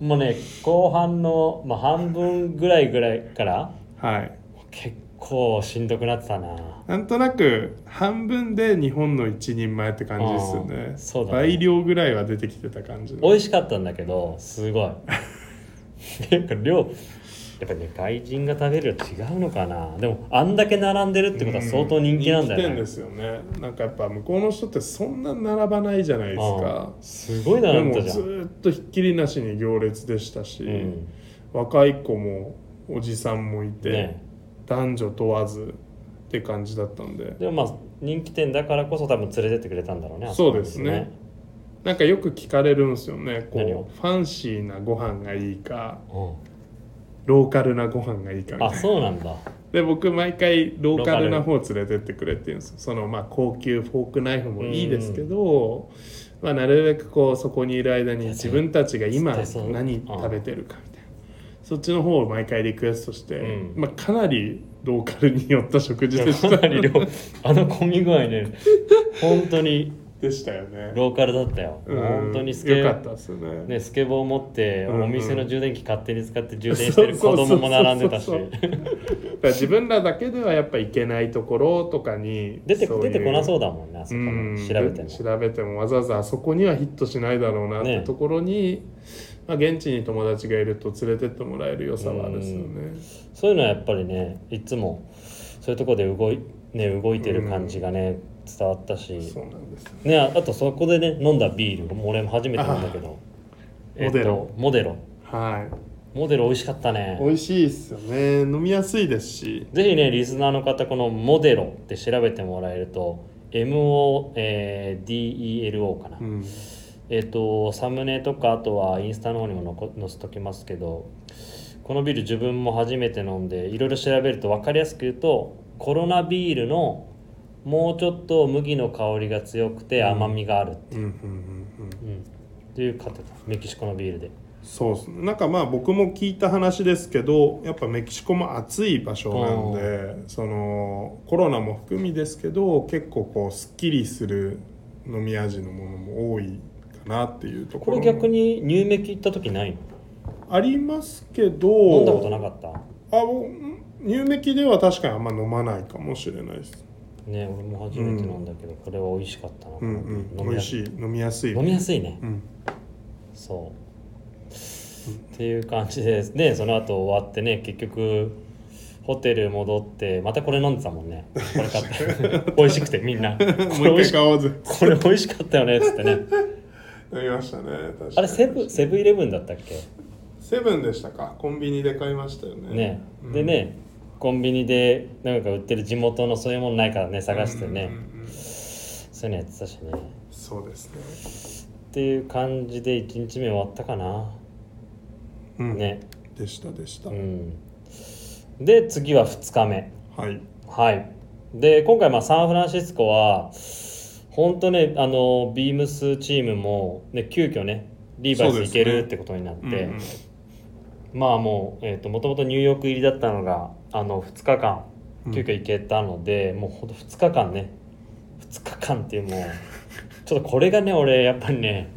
[SPEAKER 1] もうね後半の、まあ、半分ぐらいぐらいから
[SPEAKER 2] はい
[SPEAKER 1] 結構しんどくなってたな
[SPEAKER 2] なんとなく半分で日本の一人前って感じですよね
[SPEAKER 1] あーそうだね
[SPEAKER 2] 倍量ぐらいは出てきてた感じの
[SPEAKER 1] 美味しかったんだけどすごいなんか量やっぱね外人が食べるより違うのかなでもあんだけ並んでるってことは相当人気なんだよ
[SPEAKER 2] 人気店
[SPEAKER 1] ね
[SPEAKER 2] ですよねなんかやっぱ向こうの人ってそんな並ばないじゃないですか
[SPEAKER 1] うんすごい
[SPEAKER 2] で
[SPEAKER 1] 並ん
[SPEAKER 2] も
[SPEAKER 1] でたじ
[SPEAKER 2] ず
[SPEAKER 1] ゃん
[SPEAKER 2] ーっとひっきりなしに行列でしたし、
[SPEAKER 1] うん
[SPEAKER 2] 若い子もおじさんもいて、
[SPEAKER 1] ね
[SPEAKER 2] 男女問わずって感じだったんで
[SPEAKER 1] でもまあ人気店だからこそ多分連れてってくれたんだろうね
[SPEAKER 2] そうですね
[SPEAKER 1] あこ
[SPEAKER 2] なんかよく聞かれるんですよね
[SPEAKER 1] 何を
[SPEAKER 2] こうファンシーなご飯がいいか
[SPEAKER 1] こ
[SPEAKER 2] ローカルなご飯がいいか
[SPEAKER 1] にねう
[SPEAKER 2] みた
[SPEAKER 1] ん
[SPEAKER 2] い
[SPEAKER 1] あ
[SPEAKER 2] な
[SPEAKER 1] そうなんだ
[SPEAKER 2] で僕毎回ローカルな方連れてってくれって言うんですよそのまあ高級フォークナイフもいいですけど、まあ、なるべくこうそこにいる間に自分たちが今
[SPEAKER 1] 絶対そう
[SPEAKER 2] 何食べてるかみたいなそっちの方を毎回リクエストして、
[SPEAKER 1] うん
[SPEAKER 2] まあ、かなりローカルに寄った食事でし
[SPEAKER 1] かな
[SPEAKER 2] た
[SPEAKER 1] り量あの混み具合ね本当に
[SPEAKER 2] でしたよね
[SPEAKER 1] ローカルだったよ、
[SPEAKER 2] うん
[SPEAKER 1] 本当にスケ
[SPEAKER 2] よかったですよね
[SPEAKER 1] ね、スケボー持って
[SPEAKER 2] うんうん
[SPEAKER 1] お店の充電器勝手に使って充電してる子供も並んでたし
[SPEAKER 2] そうそうそうだから自分らだけではやっぱ行けないところとかに
[SPEAKER 1] 出て
[SPEAKER 2] そうい
[SPEAKER 1] 出てこなそううだもんねあそこ
[SPEAKER 2] うん
[SPEAKER 1] ね調べても
[SPEAKER 2] 調べてもわざわざあそこにはヒットしないだろうなって
[SPEAKER 1] ね
[SPEAKER 2] ところに、まあ、現地に友達がいると連れてってもらえる良さはあるですよね。
[SPEAKER 1] そういうのはやっぱりねいつもそういうとこで動い,、ね、動いてる感じがね、伝わったし
[SPEAKER 2] そうなんですよね
[SPEAKER 1] ね、ああとそこでね飲んだビールもう俺も初めて飲んだけど
[SPEAKER 2] あモデロ
[SPEAKER 1] モデロ
[SPEAKER 2] は
[SPEAKER 1] モデロ美味しかった
[SPEAKER 2] い
[SPEAKER 1] ね
[SPEAKER 2] 美味しいですよね飲みやすいですし
[SPEAKER 1] ぜひねリスナーの方このモデロって調べてもらえると MODELO、えー DELO かな、
[SPEAKER 2] うん
[SPEAKER 1] えっ、とサムネとかあとはインスタの方にも残載せときますけどこのビール自分も初めて飲んでいろいろ調べると分かりやすく言うとコロナビールのもうちょっと麦の香りが強くて甘みがある、
[SPEAKER 2] うんうんうんうん
[SPEAKER 1] うんっていう方だメキシコのビールで
[SPEAKER 2] そうですねなんかまあ僕も聞いた話ですけどやっぱメキシコも暑い場所なんでそのコロナも含みですけど結構こうすっきりする飲み味のものも多いかなっていうとこ
[SPEAKER 1] こ
[SPEAKER 2] ろ
[SPEAKER 1] れ
[SPEAKER 2] も
[SPEAKER 1] 逆に入メキ行った時ない
[SPEAKER 2] ありますけど
[SPEAKER 1] の飲んだことなかった
[SPEAKER 2] あ僕ん乳メキでは確かにあんま飲まないかもしれないです
[SPEAKER 1] ね俺も初めて飲んだけど、これは美味しかったな、
[SPEAKER 2] うんうん美
[SPEAKER 1] や
[SPEAKER 2] 味しい飲みやすい
[SPEAKER 1] 飲みやすい ね
[SPEAKER 2] うん
[SPEAKER 1] そう。っていう感じですねその後終わってね結局ホテル戻ってまたこれ飲んでたもんねこれ買って 美味しくてみんなこ
[SPEAKER 2] も
[SPEAKER 1] れ
[SPEAKER 2] う
[SPEAKER 1] 美味
[SPEAKER 2] 一回
[SPEAKER 1] しか
[SPEAKER 2] 買おうぜ
[SPEAKER 1] これ美味しかったよねっつってね
[SPEAKER 2] 飲みましたね確かに
[SPEAKER 1] あれセブセブンイレブンだったっけ
[SPEAKER 2] セブンでしたかコンビニで買いましたよね
[SPEAKER 1] ね
[SPEAKER 2] うん
[SPEAKER 1] でねコンビニでなんか売ってる地元のそういうものないからね探してね、
[SPEAKER 2] うんうんうん
[SPEAKER 1] そういうのやってたしね
[SPEAKER 2] そうですね
[SPEAKER 1] っていう感じで1日目終わったかな、
[SPEAKER 2] うん
[SPEAKER 1] ね
[SPEAKER 2] でしたでした、
[SPEAKER 1] うんで次は2日目
[SPEAKER 2] はい
[SPEAKER 1] はい。で、今回、まあ、サンフランシスコは、本当ね、あの、ビームスチームも、ね、急遽ね、リーバイス行けるってことになって、
[SPEAKER 2] うん
[SPEAKER 1] まあもう、えっ、と、もともとニューヨーク入りだったのが、あの、2日間、急遽行けたので、もうほんと2日間ね、2日間っていうもう、 ちょっとこれがね、俺、やっぱりね、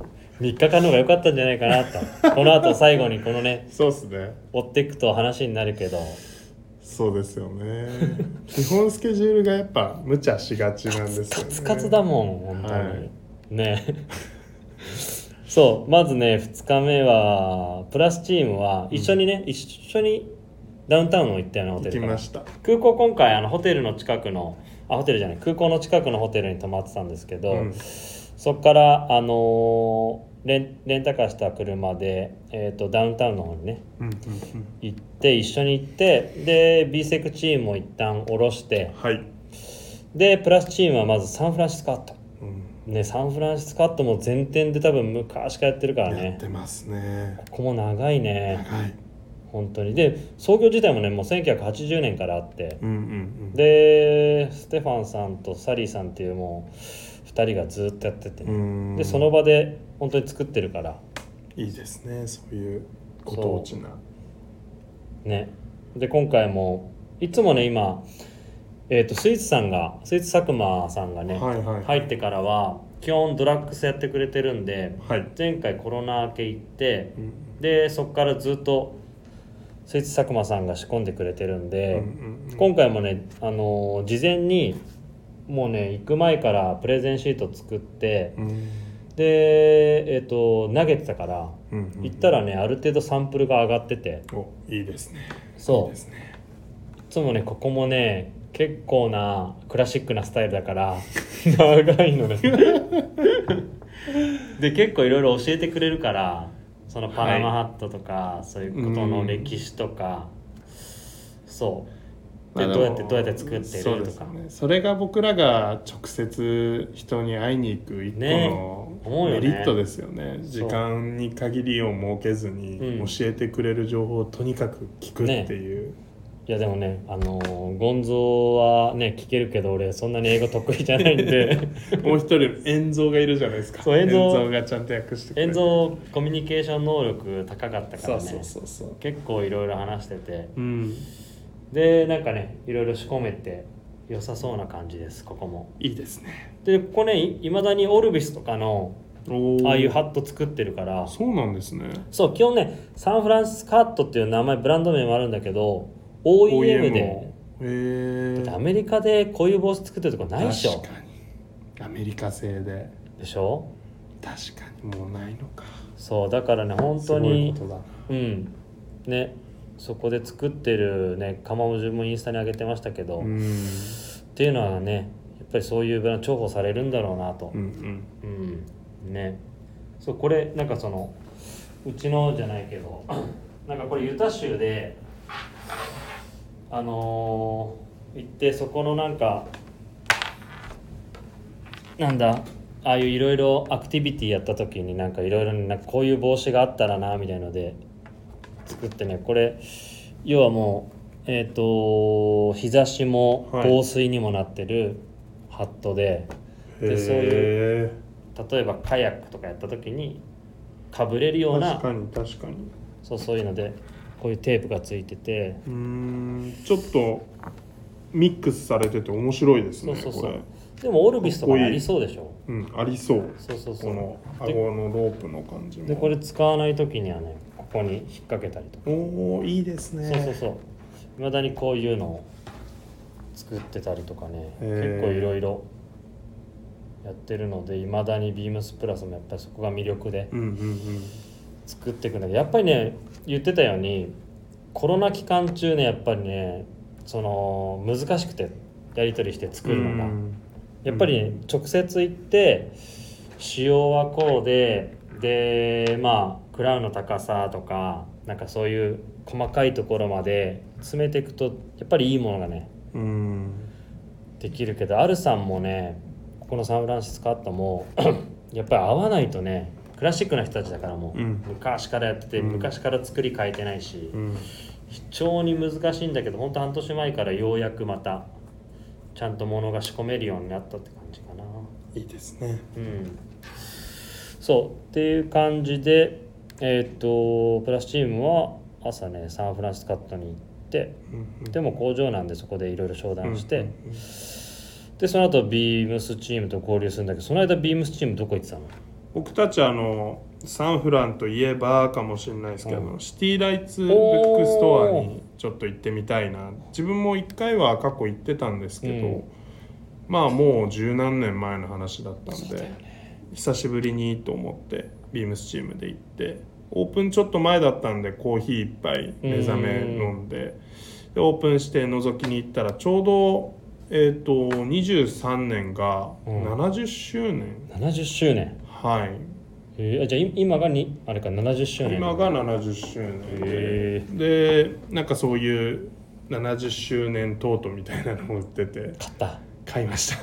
[SPEAKER 1] 3日間の方が良かったんじゃないかなと。この後最後にこのね、
[SPEAKER 2] そうですね
[SPEAKER 1] 追っていくと話になるけど、
[SPEAKER 2] そうですよね基本スケジュールがやっぱ無茶しがちなんですよね
[SPEAKER 1] カツカツだもん本当に、
[SPEAKER 2] はい
[SPEAKER 1] ね そうまずね2日目はプラスチームは一緒にね、一緒にダウンタウンを行ったようなホテ
[SPEAKER 2] 行き
[SPEAKER 1] ルか
[SPEAKER 2] ま
[SPEAKER 1] ら
[SPEAKER 2] した
[SPEAKER 1] 空港今回あのホテルの近くのあホテルじゃない空港の近くのホテルに泊まってたんですけど、
[SPEAKER 2] うん
[SPEAKER 1] そこからあのーレンレンタカーした車で、えー、とダウンタウンの方にね
[SPEAKER 2] うんうん
[SPEAKER 1] 行って一緒に行ってで B セクチームを一旦下ろし
[SPEAKER 2] う
[SPEAKER 1] て
[SPEAKER 2] んはい、
[SPEAKER 1] でプラスチームはまずサンフランシスコアット
[SPEAKER 2] うん
[SPEAKER 1] ね、サンフランシスコアットも前転で多分昔からやってるから
[SPEAKER 2] や
[SPEAKER 1] ね
[SPEAKER 2] ってますね
[SPEAKER 1] ここも長いね
[SPEAKER 2] はい
[SPEAKER 1] 本当にで創業自体もねもう1980年からあって
[SPEAKER 2] うんうんうん
[SPEAKER 1] でステファンさんとサリーさんっていうもう2人がずっとやってて、
[SPEAKER 2] うん
[SPEAKER 1] でその場で本当に作ってるから
[SPEAKER 2] いいですねそういうご当地な
[SPEAKER 1] ねで今回もいつもね今、えー、とスイーツさんがスイーツ佐久間さんがね、
[SPEAKER 2] はいはい
[SPEAKER 1] 入ってからは基本ドラッグスやってくれてるんで
[SPEAKER 2] はい、
[SPEAKER 1] 前回コロナ明け行って
[SPEAKER 2] うん
[SPEAKER 1] でそこからずっとスイーツ佐久間さんが仕込んでくれてるん
[SPEAKER 2] う
[SPEAKER 1] で、
[SPEAKER 2] んうん
[SPEAKER 1] 今回もね、あのー事前にもうね行く前からプレゼンシート作って
[SPEAKER 2] うん
[SPEAKER 1] で、えっと投げてたから
[SPEAKER 2] うんうん
[SPEAKER 1] 行ったらねある程度サンプルが上がってて
[SPEAKER 2] おいいですねいい
[SPEAKER 1] そう
[SPEAKER 2] で
[SPEAKER 1] い
[SPEAKER 2] すね
[SPEAKER 1] つもねここもね結構なクラシックなスタイルだから 長いのね で結構いろいろ教えてくれるからそのパナマハットとか、そういうことの歴史とか、そうで
[SPEAKER 2] まあ
[SPEAKER 1] どうやっ
[SPEAKER 2] で
[SPEAKER 1] て
[SPEAKER 2] も
[SPEAKER 1] どうやって作って
[SPEAKER 2] そう
[SPEAKER 1] る
[SPEAKER 2] で
[SPEAKER 1] と
[SPEAKER 2] す
[SPEAKER 1] か、
[SPEAKER 2] よねそれが僕らが直接人に会いに行く一個
[SPEAKER 1] ね思
[SPEAKER 2] の
[SPEAKER 1] うよね
[SPEAKER 2] メリットですよね時間に限りを設けずに
[SPEAKER 1] うん
[SPEAKER 2] 教えてくれる情報をとにかく聞くっていう、
[SPEAKER 1] いやでもねあのーゴンゾはね聞けるけど俺そんなに英語得意じゃないんで
[SPEAKER 2] もう一人遠蔵がいるじゃないですか
[SPEAKER 1] そう遠蔵
[SPEAKER 2] がちゃんと訳してくれ
[SPEAKER 1] 演
[SPEAKER 2] る
[SPEAKER 1] 奏コミュニケーション能力高かったか
[SPEAKER 2] そ
[SPEAKER 1] ら
[SPEAKER 2] う
[SPEAKER 1] ね
[SPEAKER 2] そうそうそう
[SPEAKER 1] 結構いろいろ話してて
[SPEAKER 2] うん
[SPEAKER 1] でなんかねいろいろ仕込めて良さそうな感じですここも
[SPEAKER 2] いいですね
[SPEAKER 1] でここねいまだにオルビスとかの
[SPEAKER 2] おー
[SPEAKER 1] ああいうハット作ってるから
[SPEAKER 2] そうなんですね
[SPEAKER 1] そう基本ねサンフランシスコハットっていう名前ブランド名もあるんだけど OEM で
[SPEAKER 2] へえ
[SPEAKER 1] だってアメリカでこういう帽子作ってるとこないっしょ
[SPEAKER 2] 確かにアメリカ製で
[SPEAKER 1] でしょ
[SPEAKER 2] 確かにもうないのか
[SPEAKER 1] そうだからね本当に
[SPEAKER 2] すごいことだな
[SPEAKER 1] うんねそこで作ってるね釜も自分もインスタに上げてましたけど、
[SPEAKER 2] う
[SPEAKER 1] っ
[SPEAKER 2] ん
[SPEAKER 1] ていうのはねやっぱりそういうブランド重宝されるんだろうなと
[SPEAKER 2] うんうん
[SPEAKER 1] うん、ねそうこれなんかそのうちのじゃないけど なんかこれユタ州であのー行ってそこのなんかなんだああいういろいろアクティビティやった時になんかいろいろなんかこういう帽子があったらなみたいので作ってねこれ要はもうえっ、と日差しも
[SPEAKER 2] はい
[SPEAKER 1] 防水にもなってるハットで。でそうい
[SPEAKER 2] へ
[SPEAKER 1] 例えばカヤックとかやった時にかぶれるよう
[SPEAKER 2] ー
[SPEAKER 1] な
[SPEAKER 2] 確かに確かに
[SPEAKER 1] そうそういうのでこういうテープがついてて
[SPEAKER 2] うーんちょっとミックスされてて面白いです
[SPEAKER 1] そ
[SPEAKER 2] ね
[SPEAKER 1] うそうそ
[SPEAKER 2] こ
[SPEAKER 1] う
[SPEAKER 2] れ
[SPEAKER 1] でもオルビスとか
[SPEAKER 2] かっこいい
[SPEAKER 1] ありそうでしょ
[SPEAKER 2] うんありそう
[SPEAKER 1] そうそうそ
[SPEAKER 2] こ
[SPEAKER 1] う
[SPEAKER 2] の顎のロープの感じも
[SPEAKER 1] でこれ使わない時にはねここに引っ掛けたりとか、
[SPEAKER 2] おおいいですね
[SPEAKER 1] そうそうそういまだにこういうのを作ってたりとかね
[SPEAKER 2] へー
[SPEAKER 1] 結構いろいろやってるのでいまだにビームスプラスもやっぱりそこが魅力で
[SPEAKER 2] うんうんうん
[SPEAKER 1] 作っていくんだけどやっぱりね言ってたようにコロナ期間中ねやっぱりねその難しくてやり取りして作るのが、
[SPEAKER 2] うん
[SPEAKER 1] やっぱりね、
[SPEAKER 2] うん
[SPEAKER 1] 直接行って仕様はこうででまあクラウンの高さとかなんかそういう細かいところまで詰めていくとやっぱりいいものがね
[SPEAKER 2] うん
[SPEAKER 1] できるけどアルさんもねここのサンフランシスコアットもやっぱり合わないとねクラシックな人たちだからもう、
[SPEAKER 2] うん
[SPEAKER 1] 昔からやってて、
[SPEAKER 2] うん
[SPEAKER 1] 昔から作り変えてないし、
[SPEAKER 2] うん
[SPEAKER 1] 非常に難しいんだけど本当半年前からようやくまたちゃんと物が仕込めるようになったって感じかな。
[SPEAKER 2] いいですね
[SPEAKER 1] うん、そうっていう感じで、えーっとプラスチームは朝ねサンフランシスコアットに行ってで
[SPEAKER 2] も
[SPEAKER 1] も工場なんでそこでいろいろ商談して。でその後ビームスチームと合流するんだけどその間ビームスチームどこ行ってたの
[SPEAKER 2] 僕たちあのサンフランといえばかもしれないですけど、
[SPEAKER 1] うん
[SPEAKER 2] シティライツブックストアにちょっと行ってみたいな自分も1回は過去行ってたんですけど、
[SPEAKER 1] うん
[SPEAKER 2] まあもう十何年前の話だったん
[SPEAKER 1] そうだ
[SPEAKER 2] で、
[SPEAKER 1] よ
[SPEAKER 2] 久しぶりにと思ってビームスチームで行ってオープンちょっと前だったんでコーヒー一杯目覚め飲んででオープンして覗きに行ったらちょうど。えー、と23年が
[SPEAKER 1] うん
[SPEAKER 2] 70周年、
[SPEAKER 1] 70周年、
[SPEAKER 2] はい
[SPEAKER 1] えー、あじゃあい今がにあれか70周年
[SPEAKER 2] 今が70周年で、
[SPEAKER 1] へ
[SPEAKER 2] でなんかそういう70周年トートみたいなのを売ってて
[SPEAKER 1] 買った
[SPEAKER 2] 買いまし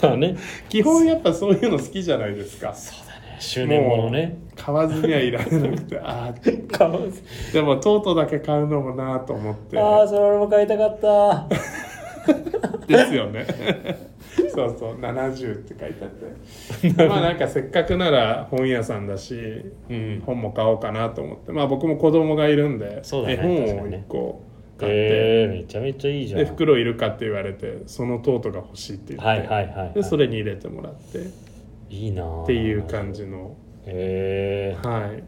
[SPEAKER 2] た
[SPEAKER 1] まあね
[SPEAKER 2] 基本やっぱそういうの好きじゃないですか
[SPEAKER 1] そうだね周年ものね
[SPEAKER 2] 買わずにはいられなくてあー
[SPEAKER 1] 買う
[SPEAKER 2] でもトートだけ買うのもなーと思っ て
[SPEAKER 1] ああそれ俺も買いたかった
[SPEAKER 2] ですよね そうそう70って書いて あってまあなんかせっかくなら本屋さんだし
[SPEAKER 1] うん
[SPEAKER 2] 本も買おうかなと思ってまあ僕も子供がいるんで、
[SPEAKER 1] そうだね
[SPEAKER 2] 絵本
[SPEAKER 1] 確か
[SPEAKER 2] を
[SPEAKER 1] にね
[SPEAKER 2] 1個買って、
[SPEAKER 1] えー、めちゃめちゃいいじゃん
[SPEAKER 2] で袋いるかって言われてそのトートが欲しいって言って、
[SPEAKER 1] はいはいはい、はい、
[SPEAKER 2] でそれに入れてもらってっ
[SPEAKER 1] いいなー
[SPEAKER 2] ていう感じの
[SPEAKER 1] へえ
[SPEAKER 2] はい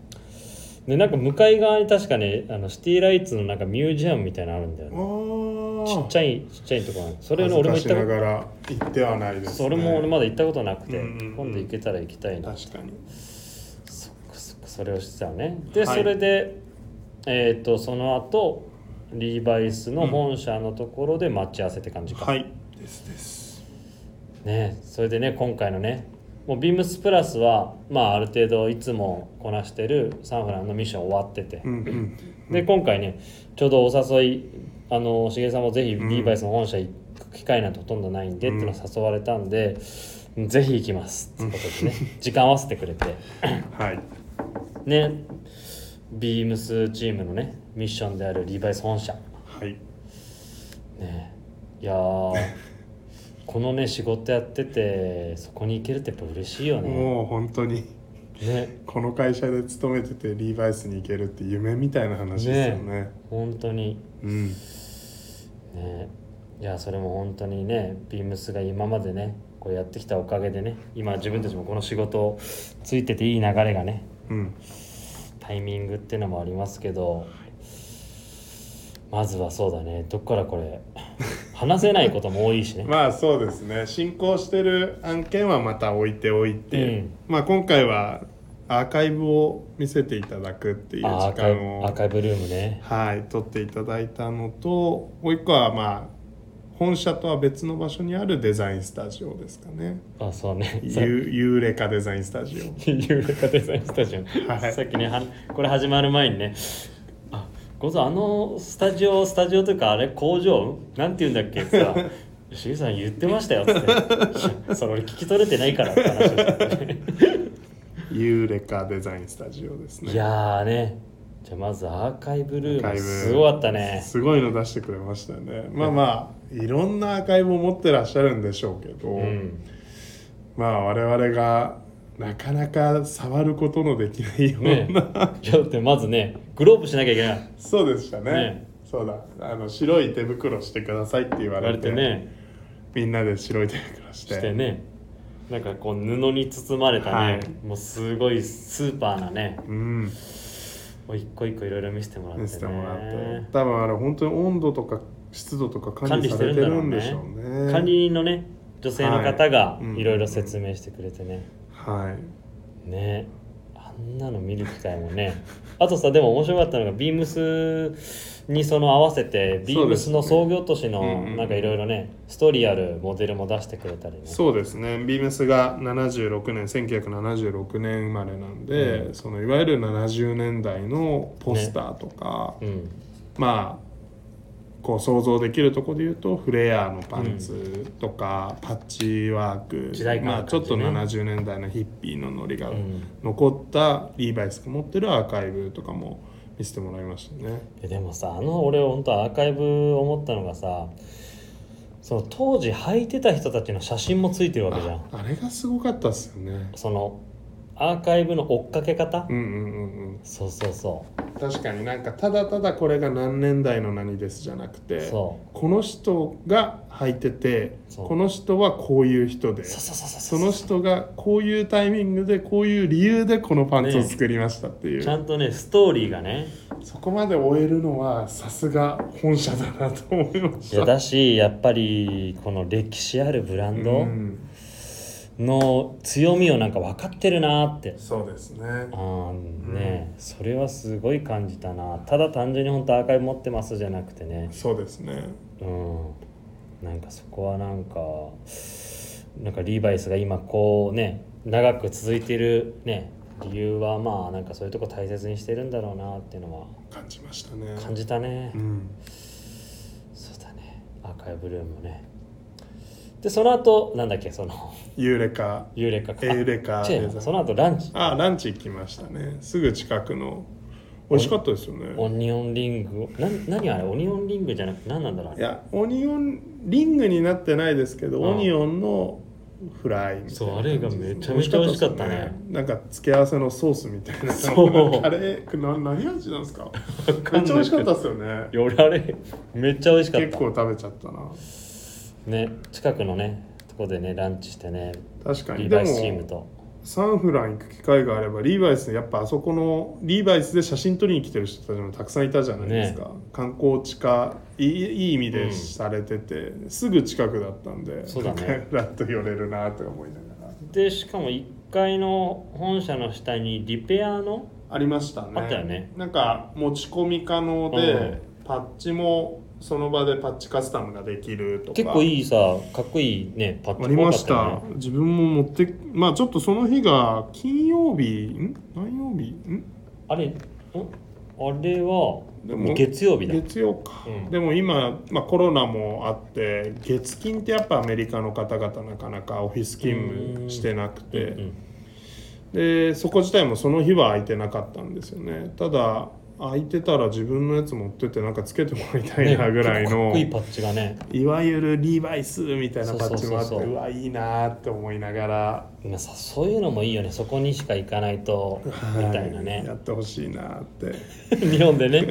[SPEAKER 1] ー、でなんか向かい側に確かねあのシティライツのなんかミュージアムみたいなのあるんだよねちっち
[SPEAKER 2] い
[SPEAKER 1] ゃいちっちゃいとこあるそれね俺も行っ
[SPEAKER 2] 恥ず
[SPEAKER 1] た
[SPEAKER 2] か
[SPEAKER 1] こ
[SPEAKER 2] し
[SPEAKER 1] と
[SPEAKER 2] ながら行ってはないです、ね、
[SPEAKER 1] それも俺まだ行ったことなくて、
[SPEAKER 2] うんうんうん
[SPEAKER 1] 今度行けたら行きたいな
[SPEAKER 2] 確かに
[SPEAKER 1] そっかそっかそれをしてたのねで、
[SPEAKER 2] はい
[SPEAKER 1] それでえっ、とその後リーバイスの本社のところで待ち合わせって感じか、
[SPEAKER 2] はいですです
[SPEAKER 1] ねそれでね今回のねもうビームスプラスはまあある程度いつもこなしてるサンフランのミッション終わってて
[SPEAKER 2] う、んうん
[SPEAKER 1] で今回ねちょうどお誘いあのしげさんもぜひリ
[SPEAKER 2] うん
[SPEAKER 1] ーバイスの本社行く機会なんてほとんどないんで、
[SPEAKER 2] うん
[SPEAKER 1] っていうのを誘われたんでぜひ行きますってこと でね時間合わせてくれて
[SPEAKER 2] はい
[SPEAKER 1] ねビームスチームのねミッションであるリーバイス本社
[SPEAKER 2] はい
[SPEAKER 1] ねえいや ーこのね仕事やっててそこに行けるってやっぱ嬉しいよね
[SPEAKER 2] もう本当に
[SPEAKER 1] ね
[SPEAKER 2] この会社で勤めててリーバイスに行けるって夢みたいな話ですよね
[SPEAKER 1] 本当に
[SPEAKER 2] うん
[SPEAKER 1] ねいやそれも本当にねビームスが今までねこうやってきたおかげでね今自分たちもこの仕事をついてていい流れがね
[SPEAKER 2] うん
[SPEAKER 1] タイミングっていうのもありますけどまずはそうだねどっからこ れ話せないことも多いしね、
[SPEAKER 2] まあそうですね進行してる案件はまた置いておいて、
[SPEAKER 1] うん
[SPEAKER 2] まあ今回はアーカイブを見せていただくっていう時
[SPEAKER 1] あアーカイブ
[SPEAKER 2] 間を
[SPEAKER 1] アーカイブルームね
[SPEAKER 2] はい、撮っていただいたのともう一個はまあ本社とは別の場所にあるデザインスタジオですかね
[SPEAKER 1] あそうね
[SPEAKER 2] ゆユーレカデザインスタジオ
[SPEAKER 1] 夕方デザインスタジオ、
[SPEAKER 2] はい
[SPEAKER 1] さっきねはこれ始まる前にねあごぞあのスタジオスタジオというかあれ工場なんて言うんだっけって さ「しげさん言ってましたよ」っつっていや「それ俺聞き取れてないから」って話をして、 ね、
[SPEAKER 2] ユーレカデザインスタジオですね
[SPEAKER 1] いやーねじゃあまずアーカイブル
[SPEAKER 2] アー
[SPEAKER 1] ー
[SPEAKER 2] カ
[SPEAKER 1] ム
[SPEAKER 2] イブ
[SPEAKER 1] すごかったね
[SPEAKER 2] すごいの出してくれましたよねまあまあいろんなアーカイブを持ってらっしゃるんでしょうけど、
[SPEAKER 1] うん
[SPEAKER 2] まあ我々がなかなか触ることのできないような、
[SPEAKER 1] ねじゃあだってまずねグローブしなきゃいけない
[SPEAKER 2] そうでしたね
[SPEAKER 1] ね
[SPEAKER 2] そうだあの白い手袋してくださいって言わ
[SPEAKER 1] 言わ
[SPEAKER 2] れ
[SPEAKER 1] れ
[SPEAKER 2] て
[SPEAKER 1] てね
[SPEAKER 2] みんなで白い手袋して
[SPEAKER 1] してねなんかこう布に包まれたね、
[SPEAKER 2] はい
[SPEAKER 1] もうすごいスーパーなね
[SPEAKER 2] うん
[SPEAKER 1] もう一個一個いろいろ見せてもらってね
[SPEAKER 2] 見せてもらって多分あれ本当に温度とか湿度とか管
[SPEAKER 1] 管
[SPEAKER 2] 理
[SPEAKER 1] 理
[SPEAKER 2] さ
[SPEAKER 1] して
[SPEAKER 2] れて
[SPEAKER 1] るんだろうん
[SPEAKER 2] る
[SPEAKER 1] ね
[SPEAKER 2] でしょうね
[SPEAKER 1] 管理人のね女性の方
[SPEAKER 2] は
[SPEAKER 1] が
[SPEAKER 2] いうん
[SPEAKER 1] いろいろ説明してくれてね、
[SPEAKER 2] はい
[SPEAKER 1] ねあんなの見る機会もねあとさでも面白かったのがビームスにその合わせてビームスの創業都市
[SPEAKER 2] うん
[SPEAKER 1] の
[SPEAKER 2] うん
[SPEAKER 1] なんかいろいろねストーリーあるモデルも出してくれたりね
[SPEAKER 2] そうですねビームスが76年1976年生まれなんで、
[SPEAKER 1] うん
[SPEAKER 2] そのいわゆる70年代のポスターとか、
[SPEAKER 1] うん
[SPEAKER 2] まあこう想像できるところで言うとフレアのパンツとか、パッチワーク
[SPEAKER 1] 時代感
[SPEAKER 2] まあ、
[SPEAKER 1] の
[SPEAKER 2] ちょっと
[SPEAKER 1] 感
[SPEAKER 2] 70年代のヒッピーのノリが
[SPEAKER 1] うん
[SPEAKER 2] 残ったリーバイスが持ってるアーカイブとかも見せてもらいましたね。
[SPEAKER 1] いやでもさあの俺本当アーカイブ思ったのがさその当時履いてた人たちの写真もついてるわけじゃ
[SPEAKER 2] あ
[SPEAKER 1] ん
[SPEAKER 2] あれがすごかったっすよね。
[SPEAKER 1] そのアーカイブの追っかけ方、
[SPEAKER 2] うんうんうんうん、
[SPEAKER 1] そうそうそ
[SPEAKER 2] 確かになんかただただこれが何年代の何ですじゃなく
[SPEAKER 1] う
[SPEAKER 2] て
[SPEAKER 1] そ
[SPEAKER 2] この人が履いてて
[SPEAKER 1] そう
[SPEAKER 2] この人はこういう人で
[SPEAKER 1] うそうそうそうそう
[SPEAKER 2] その人がこういうタイミングでこういう理由でこのパンツを作りましたっていう、
[SPEAKER 1] ちゃんとねストーリーがね
[SPEAKER 2] そこまで終えるのはさすが本社だなと思いまし
[SPEAKER 1] い
[SPEAKER 2] た。
[SPEAKER 1] やだしやっぱりこの歴史あるブラン
[SPEAKER 2] う
[SPEAKER 1] ド
[SPEAKER 2] ん
[SPEAKER 1] の強みをなんか分かってるなーって
[SPEAKER 2] そうですね。
[SPEAKER 1] あーね、それはすごい感じたなただ単純に本当アーカイブ持ってますじゃなくてね
[SPEAKER 2] そうですね。
[SPEAKER 1] うんなんかそこはなんかなんかリーバイスが今こうね長く続いてるね理由はまあなんかそういうとこ大切にしてるんだろうなっていうの
[SPEAKER 2] 感じましたね
[SPEAKER 1] は。感じたね、
[SPEAKER 2] うん。
[SPEAKER 1] そうだねアーカイブルームねでその後なんだっけその
[SPEAKER 2] ユーレカ、
[SPEAKER 1] 幽霊か
[SPEAKER 2] エーレカ
[SPEAKER 1] あ違
[SPEAKER 2] デ
[SPEAKER 1] う
[SPEAKER 2] ザ
[SPEAKER 1] よ
[SPEAKER 2] イン
[SPEAKER 1] その後ランチ
[SPEAKER 2] あ、ランチ行きましたね。すぐ近くの。美味しかったですよ
[SPEAKER 1] オ
[SPEAKER 2] ね。
[SPEAKER 1] ニオンリングをなん何あれオニオンリングじゃなくて何なんだろうあ
[SPEAKER 2] い
[SPEAKER 1] れ
[SPEAKER 2] や、オニオン、リングになってないですけど、
[SPEAKER 1] うん
[SPEAKER 2] オニオンのフライみたいな感じです
[SPEAKER 1] そ
[SPEAKER 2] ね、
[SPEAKER 1] うあれがめちゃめちゃ美味しかったね
[SPEAKER 2] 美味しかっですよ。なんか付け合わせのソースみたいな。
[SPEAKER 1] そう
[SPEAKER 2] あれ、な何味なんですか
[SPEAKER 1] かんないけど
[SPEAKER 2] めっちゃ美味しかったですよね
[SPEAKER 1] い。や俺あれめっちゃ美味しかった
[SPEAKER 2] 結構食べちゃったな。
[SPEAKER 1] ね近くのねとこでねランチしてね
[SPEAKER 2] 確か
[SPEAKER 1] リ
[SPEAKER 2] に。
[SPEAKER 1] ー
[SPEAKER 2] で
[SPEAKER 1] バイスチーム
[SPEAKER 2] も、
[SPEAKER 1] と
[SPEAKER 2] サンフラン行く機会があればリーバイスやっぱあそこのリーバイスで写真撮りに来てる人たちもたくさんいたじゃないですか、観光地化いいいい意味
[SPEAKER 1] う
[SPEAKER 2] で
[SPEAKER 1] ん
[SPEAKER 2] されてて、すぐ近くだったんで
[SPEAKER 1] そうだね
[SPEAKER 2] なんかラッと寄れるなとか思いながら
[SPEAKER 1] でしかも1階の本社の下にリペアの
[SPEAKER 2] ありましたね
[SPEAKER 1] あったよね
[SPEAKER 2] なんか持ち込み可能で、
[SPEAKER 1] うん
[SPEAKER 2] パッチもその場でパッチカスタムができるとか
[SPEAKER 1] 結構いいさかっこいいねパッチ
[SPEAKER 2] あ
[SPEAKER 1] っ
[SPEAKER 2] り
[SPEAKER 1] ぽ
[SPEAKER 2] ま
[SPEAKER 1] かっ
[SPEAKER 2] したた
[SPEAKER 1] よね
[SPEAKER 2] 自分も持ってまあちょっとその日が金曜日ん何曜日ん
[SPEAKER 1] あれんあれは
[SPEAKER 2] でも
[SPEAKER 1] 月曜日だ
[SPEAKER 2] 月曜か、
[SPEAKER 1] うん
[SPEAKER 2] でも今、まあ、コロナもあって月金ってやっぱアメリカの方々なかなかオフィス勤務してなくて、
[SPEAKER 1] うん
[SPEAKER 2] でそこ自体もその日は空いてなかったんですよねただ空いてたら自分のやつ持ってってなんかつけてもらいたいなぐらい
[SPEAKER 1] ねかっ
[SPEAKER 2] の、
[SPEAKER 1] こいいパッチがね
[SPEAKER 2] いわゆるリーバイスみたいなパッチもあって
[SPEAKER 1] そうそうそうそう
[SPEAKER 2] うわいいなーって思いながら、
[SPEAKER 1] 今さそういうのもいいよねそこにしか行かないとみ
[SPEAKER 2] は
[SPEAKER 1] たいなね
[SPEAKER 2] やってほしいなーって
[SPEAKER 1] 日本で ね日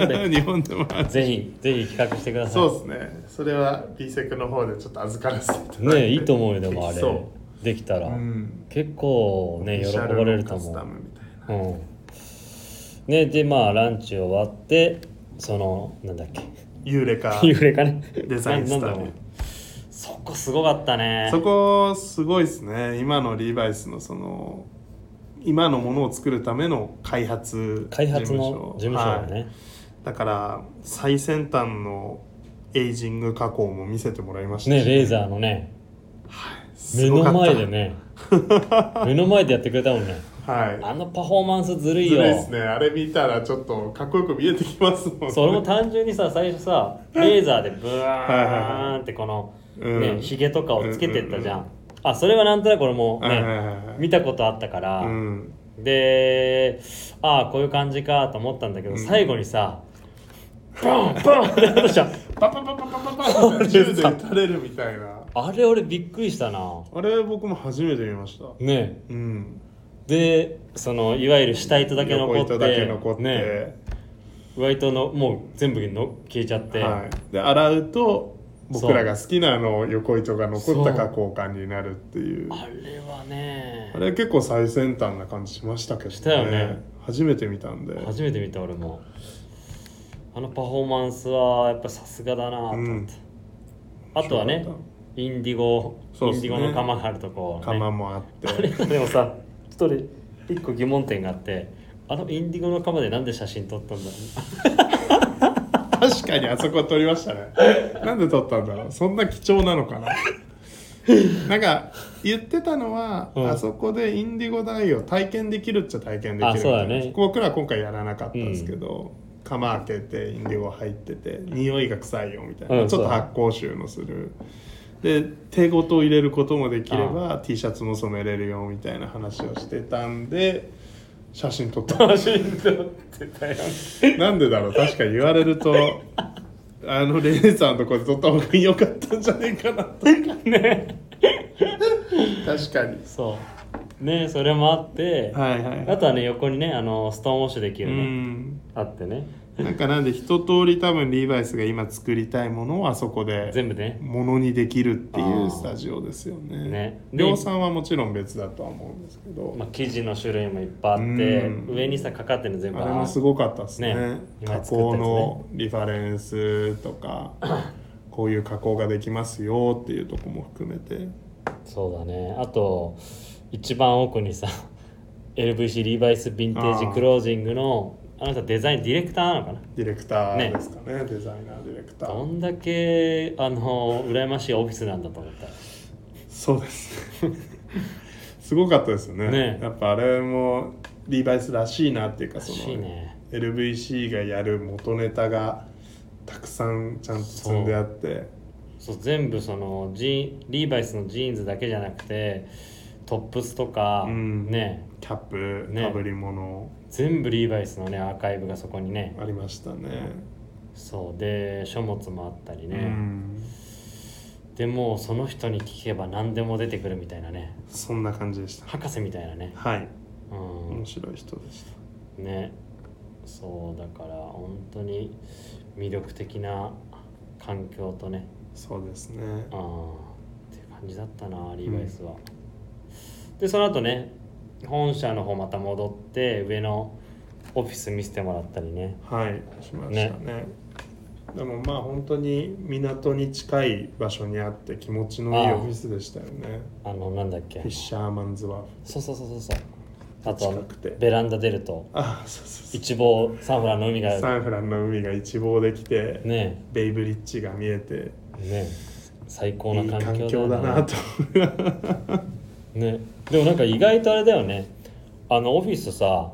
[SPEAKER 1] 本で
[SPEAKER 2] 日本でもある
[SPEAKER 1] ぜひぜひ企画してください
[SPEAKER 2] そうですねそれは B セクの方でちょっと預からせていただいて
[SPEAKER 1] ねいいと思うよでもあれ
[SPEAKER 2] そ
[SPEAKER 1] できた
[SPEAKER 2] う、
[SPEAKER 1] ら、
[SPEAKER 2] ん、
[SPEAKER 1] 結構ね喜ばれると
[SPEAKER 2] オフィシャルのカス
[SPEAKER 1] 思
[SPEAKER 2] タ
[SPEAKER 1] う
[SPEAKER 2] ムみたいな
[SPEAKER 1] うんねでまあランチ終わってそのなんだっけ
[SPEAKER 2] 幽霊か
[SPEAKER 1] 幽霊かね
[SPEAKER 2] デザイン
[SPEAKER 1] な
[SPEAKER 2] スタイ
[SPEAKER 1] なんだろ
[SPEAKER 2] ル
[SPEAKER 1] うそこすごかったね
[SPEAKER 2] そこすごいですね今のリーバイスのその今のものを作るための開発
[SPEAKER 1] 開発の事務所だよ
[SPEAKER 2] はい
[SPEAKER 1] ね、
[SPEAKER 2] だから最先端のエイジング加工も見せてもらいました
[SPEAKER 1] ねレーザ
[SPEAKER 2] ー
[SPEAKER 1] ーのね目の前でね目の前でやってくれたもんね
[SPEAKER 2] は
[SPEAKER 1] あのパフォーマンスずる
[SPEAKER 2] い
[SPEAKER 1] い
[SPEAKER 2] ず
[SPEAKER 1] よ
[SPEAKER 2] るいですねあれ見たらちょっとかっこよく見えてきますもんね
[SPEAKER 1] それも単純にさ最初さレーザーでブワーンってこの
[SPEAKER 2] うん
[SPEAKER 1] ねひげ、とかをつけてったじゃん,、
[SPEAKER 2] うんうん
[SPEAKER 1] あそれはなんとなく俺もね、
[SPEAKER 2] はいはいはいはい
[SPEAKER 1] 見たことあったから、
[SPEAKER 2] うん
[SPEAKER 1] でああこういう感じかと思ったんだけど、
[SPEAKER 2] うん
[SPEAKER 1] 最後にさボンボンってやったじゃん
[SPEAKER 2] パパパパパパパって銃で撃たれるみたいな
[SPEAKER 1] あれ俺びっくりしたな
[SPEAKER 2] あれ僕も初めて見ました
[SPEAKER 1] ね
[SPEAKER 2] うん
[SPEAKER 1] でそのいわゆる下糸だけ残って
[SPEAKER 2] 横糸だけ残って、
[SPEAKER 1] ね上糸のもう全部の消えちゃって、
[SPEAKER 2] はい、で洗うと僕らが好きなあの横糸が残った加
[SPEAKER 1] そう
[SPEAKER 2] 工感になるっていう
[SPEAKER 1] あれはね
[SPEAKER 2] あれ結構最先端な感じしましたけどね
[SPEAKER 1] したよね
[SPEAKER 2] 初めて見たんで
[SPEAKER 1] 初めて見た俺もあのパフォーマンスはやっぱさすがだなと思って、あとはねインディゴ、
[SPEAKER 2] そうっ
[SPEAKER 1] イ
[SPEAKER 2] す
[SPEAKER 1] ン
[SPEAKER 2] ね
[SPEAKER 1] ディゴの釜があるとこ、ね、
[SPEAKER 2] 釜もあって
[SPEAKER 1] あれ でもさ一人一個疑問点があってあのインディゴの釜でなんで写真撮ったんだろ
[SPEAKER 2] 確かにあそこ撮りましたねなんで撮ったんだろうそんな貴重なのかななんか言ってたのは、
[SPEAKER 1] うん
[SPEAKER 2] あそこでインディゴダイを体験できるっちゃ体験できる
[SPEAKER 1] あそうだね
[SPEAKER 2] 僕らは今回やらなかったんですけど、釜開けてインディゴ入ってて匂いが臭いよみたいな、
[SPEAKER 1] うん
[SPEAKER 2] ちょっ
[SPEAKER 1] そう
[SPEAKER 2] と
[SPEAKER 1] だ
[SPEAKER 2] 発酵臭のするで手ごと入れることもできれば T シャツも染めれるよみたいな話をしてたんで写真撮った
[SPEAKER 1] う写真撮ってたよね
[SPEAKER 2] なんでだろう確かに言われるとあのレイさんのとこで撮った方が良かったんじゃねえかなと
[SPEAKER 1] ね
[SPEAKER 2] 確かに
[SPEAKER 1] そうねそれもあって、
[SPEAKER 2] はいはい
[SPEAKER 1] あとはね横にねあのストーンウォッシュでき
[SPEAKER 2] う
[SPEAKER 1] るね、
[SPEAKER 2] ん
[SPEAKER 1] あってね
[SPEAKER 2] なんかなんで一通り多分リーバイスが今作りたいものをあそこで
[SPEAKER 1] 全部ね
[SPEAKER 2] ものにできるってい
[SPEAKER 1] あー
[SPEAKER 2] うスタジオですよね
[SPEAKER 1] ねで
[SPEAKER 2] 量産はもちろん別だとは思うんですけど、
[SPEAKER 1] まあ、生地の種類もいっぱいあって、
[SPEAKER 2] うん
[SPEAKER 1] 上にさかかってるの全部
[SPEAKER 2] あれもすごかったですね
[SPEAKER 1] ね今作った
[SPEAKER 2] 加
[SPEAKER 1] やつね
[SPEAKER 2] 工のリファレンスとかこういう加工ができますよっていうとこも含めて
[SPEAKER 1] そうだねあと一番奥にさ LVC リーバイスヴィンテージクロージングのあなたデザインディレクターなのかな
[SPEAKER 2] ディレクタ
[SPEAKER 1] ね
[SPEAKER 2] ーですかねデザイナーディレクタ
[SPEAKER 1] ど
[SPEAKER 2] ー
[SPEAKER 1] んだけあの羨ましいオフィスなんだと思った
[SPEAKER 2] そうです すごかったですよね
[SPEAKER 1] ね
[SPEAKER 2] やっぱあれもリーバイスらしいなっていうかそ
[SPEAKER 1] らしい
[SPEAKER 2] の、
[SPEAKER 1] ね
[SPEAKER 2] LVC がやる元ネタがたくさんちゃんと積んであって
[SPEAKER 1] そう全部そのジーンリーバイスのジーンズだけじゃなくてトップスとか、
[SPEAKER 2] うん
[SPEAKER 1] ね
[SPEAKER 2] キャップ
[SPEAKER 1] ね
[SPEAKER 2] かぶり物
[SPEAKER 1] 全部リーバイスのねアーカイブがそこにね
[SPEAKER 2] ありましたね
[SPEAKER 1] そうで書物もあったり
[SPEAKER 2] う
[SPEAKER 1] ね、
[SPEAKER 2] ん
[SPEAKER 1] でもうその人に聞けば何でも出てくるみたいなね
[SPEAKER 2] そんな感じでした
[SPEAKER 1] 博士みたいなね
[SPEAKER 2] はい
[SPEAKER 1] うん
[SPEAKER 2] 面白い人でした
[SPEAKER 1] ねそうだから本当に魅力的な環境とね
[SPEAKER 2] そうですね
[SPEAKER 1] あーっていう感じだったなリーバイスは、でその後ね本社の方また戻って上のオフィス見せてもらったりね
[SPEAKER 2] はいしましたねでもまあ本当に港に近い場所にあって気持ちのいい
[SPEAKER 1] ああ
[SPEAKER 2] オフィスでしたよね
[SPEAKER 1] あのなんだっけ
[SPEAKER 2] フィッシャーマンズワーフ
[SPEAKER 1] そうそうそうそうそうあと
[SPEAKER 2] 近くて
[SPEAKER 1] ベランダ出ると
[SPEAKER 2] ああそうそうそう
[SPEAKER 1] 一望サンフランの海が
[SPEAKER 2] サンフランの海が一望できて、
[SPEAKER 1] ね
[SPEAKER 2] ベイブリッジが見えて
[SPEAKER 1] ね最高
[SPEAKER 2] いい
[SPEAKER 1] な環
[SPEAKER 2] 環
[SPEAKER 1] 境
[SPEAKER 2] 境
[SPEAKER 1] だ
[SPEAKER 2] だ
[SPEAKER 1] な
[SPEAKER 2] なと
[SPEAKER 1] ねでもなんか意外とあれだよねあのオフィスさ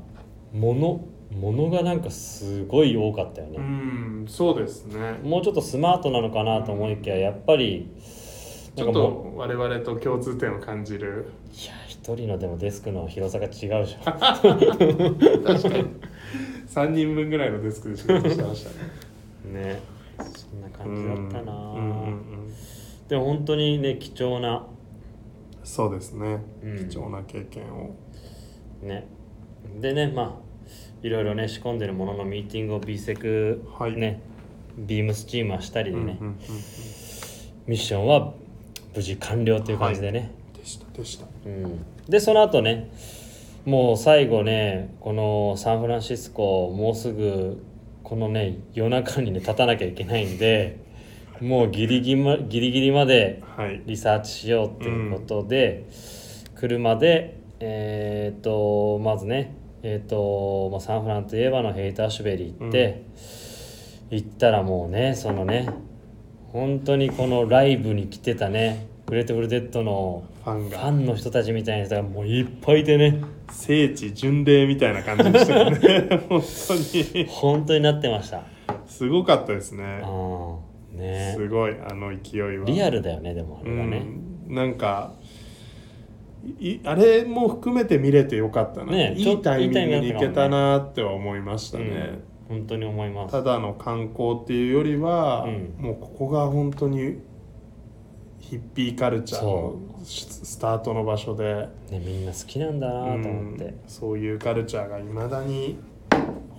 [SPEAKER 1] 物物がなんかすごい多かったよ
[SPEAKER 2] う
[SPEAKER 1] ね、
[SPEAKER 2] んそうですね
[SPEAKER 1] もうちょっとスマートなのかなと思いきややっぱり
[SPEAKER 2] ち
[SPEAKER 1] なん
[SPEAKER 2] ょ
[SPEAKER 1] か
[SPEAKER 2] っ
[SPEAKER 1] もう
[SPEAKER 2] と我々と共通点を感じる
[SPEAKER 1] いや一人のでもデスクの広さが違うじゃん
[SPEAKER 2] 確かに3人分ぐらいのデスクで仕事してま したね
[SPEAKER 1] ねそんな 感じだったな、
[SPEAKER 2] うんうんうんうん
[SPEAKER 1] でも本当にね貴重な
[SPEAKER 2] そうですね、
[SPEAKER 1] うん
[SPEAKER 2] 貴重な経験を
[SPEAKER 1] ねでねまあいろいろね仕込んでるもののミーティングを B セク、
[SPEAKER 2] はい
[SPEAKER 1] ねビームスチームはしたりでね、
[SPEAKER 2] うんうんうん
[SPEAKER 1] ミッションは無事完了という感じでね、
[SPEAKER 2] でしたでした
[SPEAKER 1] うん、でその後ねもう最後ねこのサンフランシスコもうすぐこのね夜中にね立たなきゃいけないんでもうギリギリまギリギリまで
[SPEAKER 2] はい
[SPEAKER 1] リサーチしようっていうことで、車でえっ、とまずねえっ、と、まあ、サンフランといえばのヘイターシュベリー行って、行ったらもうねそのね本当にこのライブに来てたねグレートブルデッドの
[SPEAKER 2] ファン
[SPEAKER 1] フ
[SPEAKER 2] が
[SPEAKER 1] ァンの人たちみたいな人がもういっぱいいてね
[SPEAKER 2] 聖地巡礼みたいな感じでしたよね本当 に
[SPEAKER 1] 本当になってました
[SPEAKER 2] すごかったですね
[SPEAKER 1] うんね
[SPEAKER 2] すごいあの勢いは
[SPEAKER 1] リアルだよねでもあれはね、
[SPEAKER 2] うん、なんかいあれも含めて見れてよかったな、
[SPEAKER 1] ね
[SPEAKER 2] いいタイミングに
[SPEAKER 1] ちょっといい
[SPEAKER 2] 行け
[SPEAKER 1] タイミ
[SPEAKER 2] た
[SPEAKER 1] ング
[SPEAKER 2] なっては思いましたね、
[SPEAKER 1] うん本当に思います
[SPEAKER 2] ただの観光っていうよりは、
[SPEAKER 1] うん
[SPEAKER 2] もうここが本当にヒッピーカルチャーのススタートの場所で、
[SPEAKER 1] ねみんな好きなんだなと思って、
[SPEAKER 2] うんそういうカルチャーがいまだに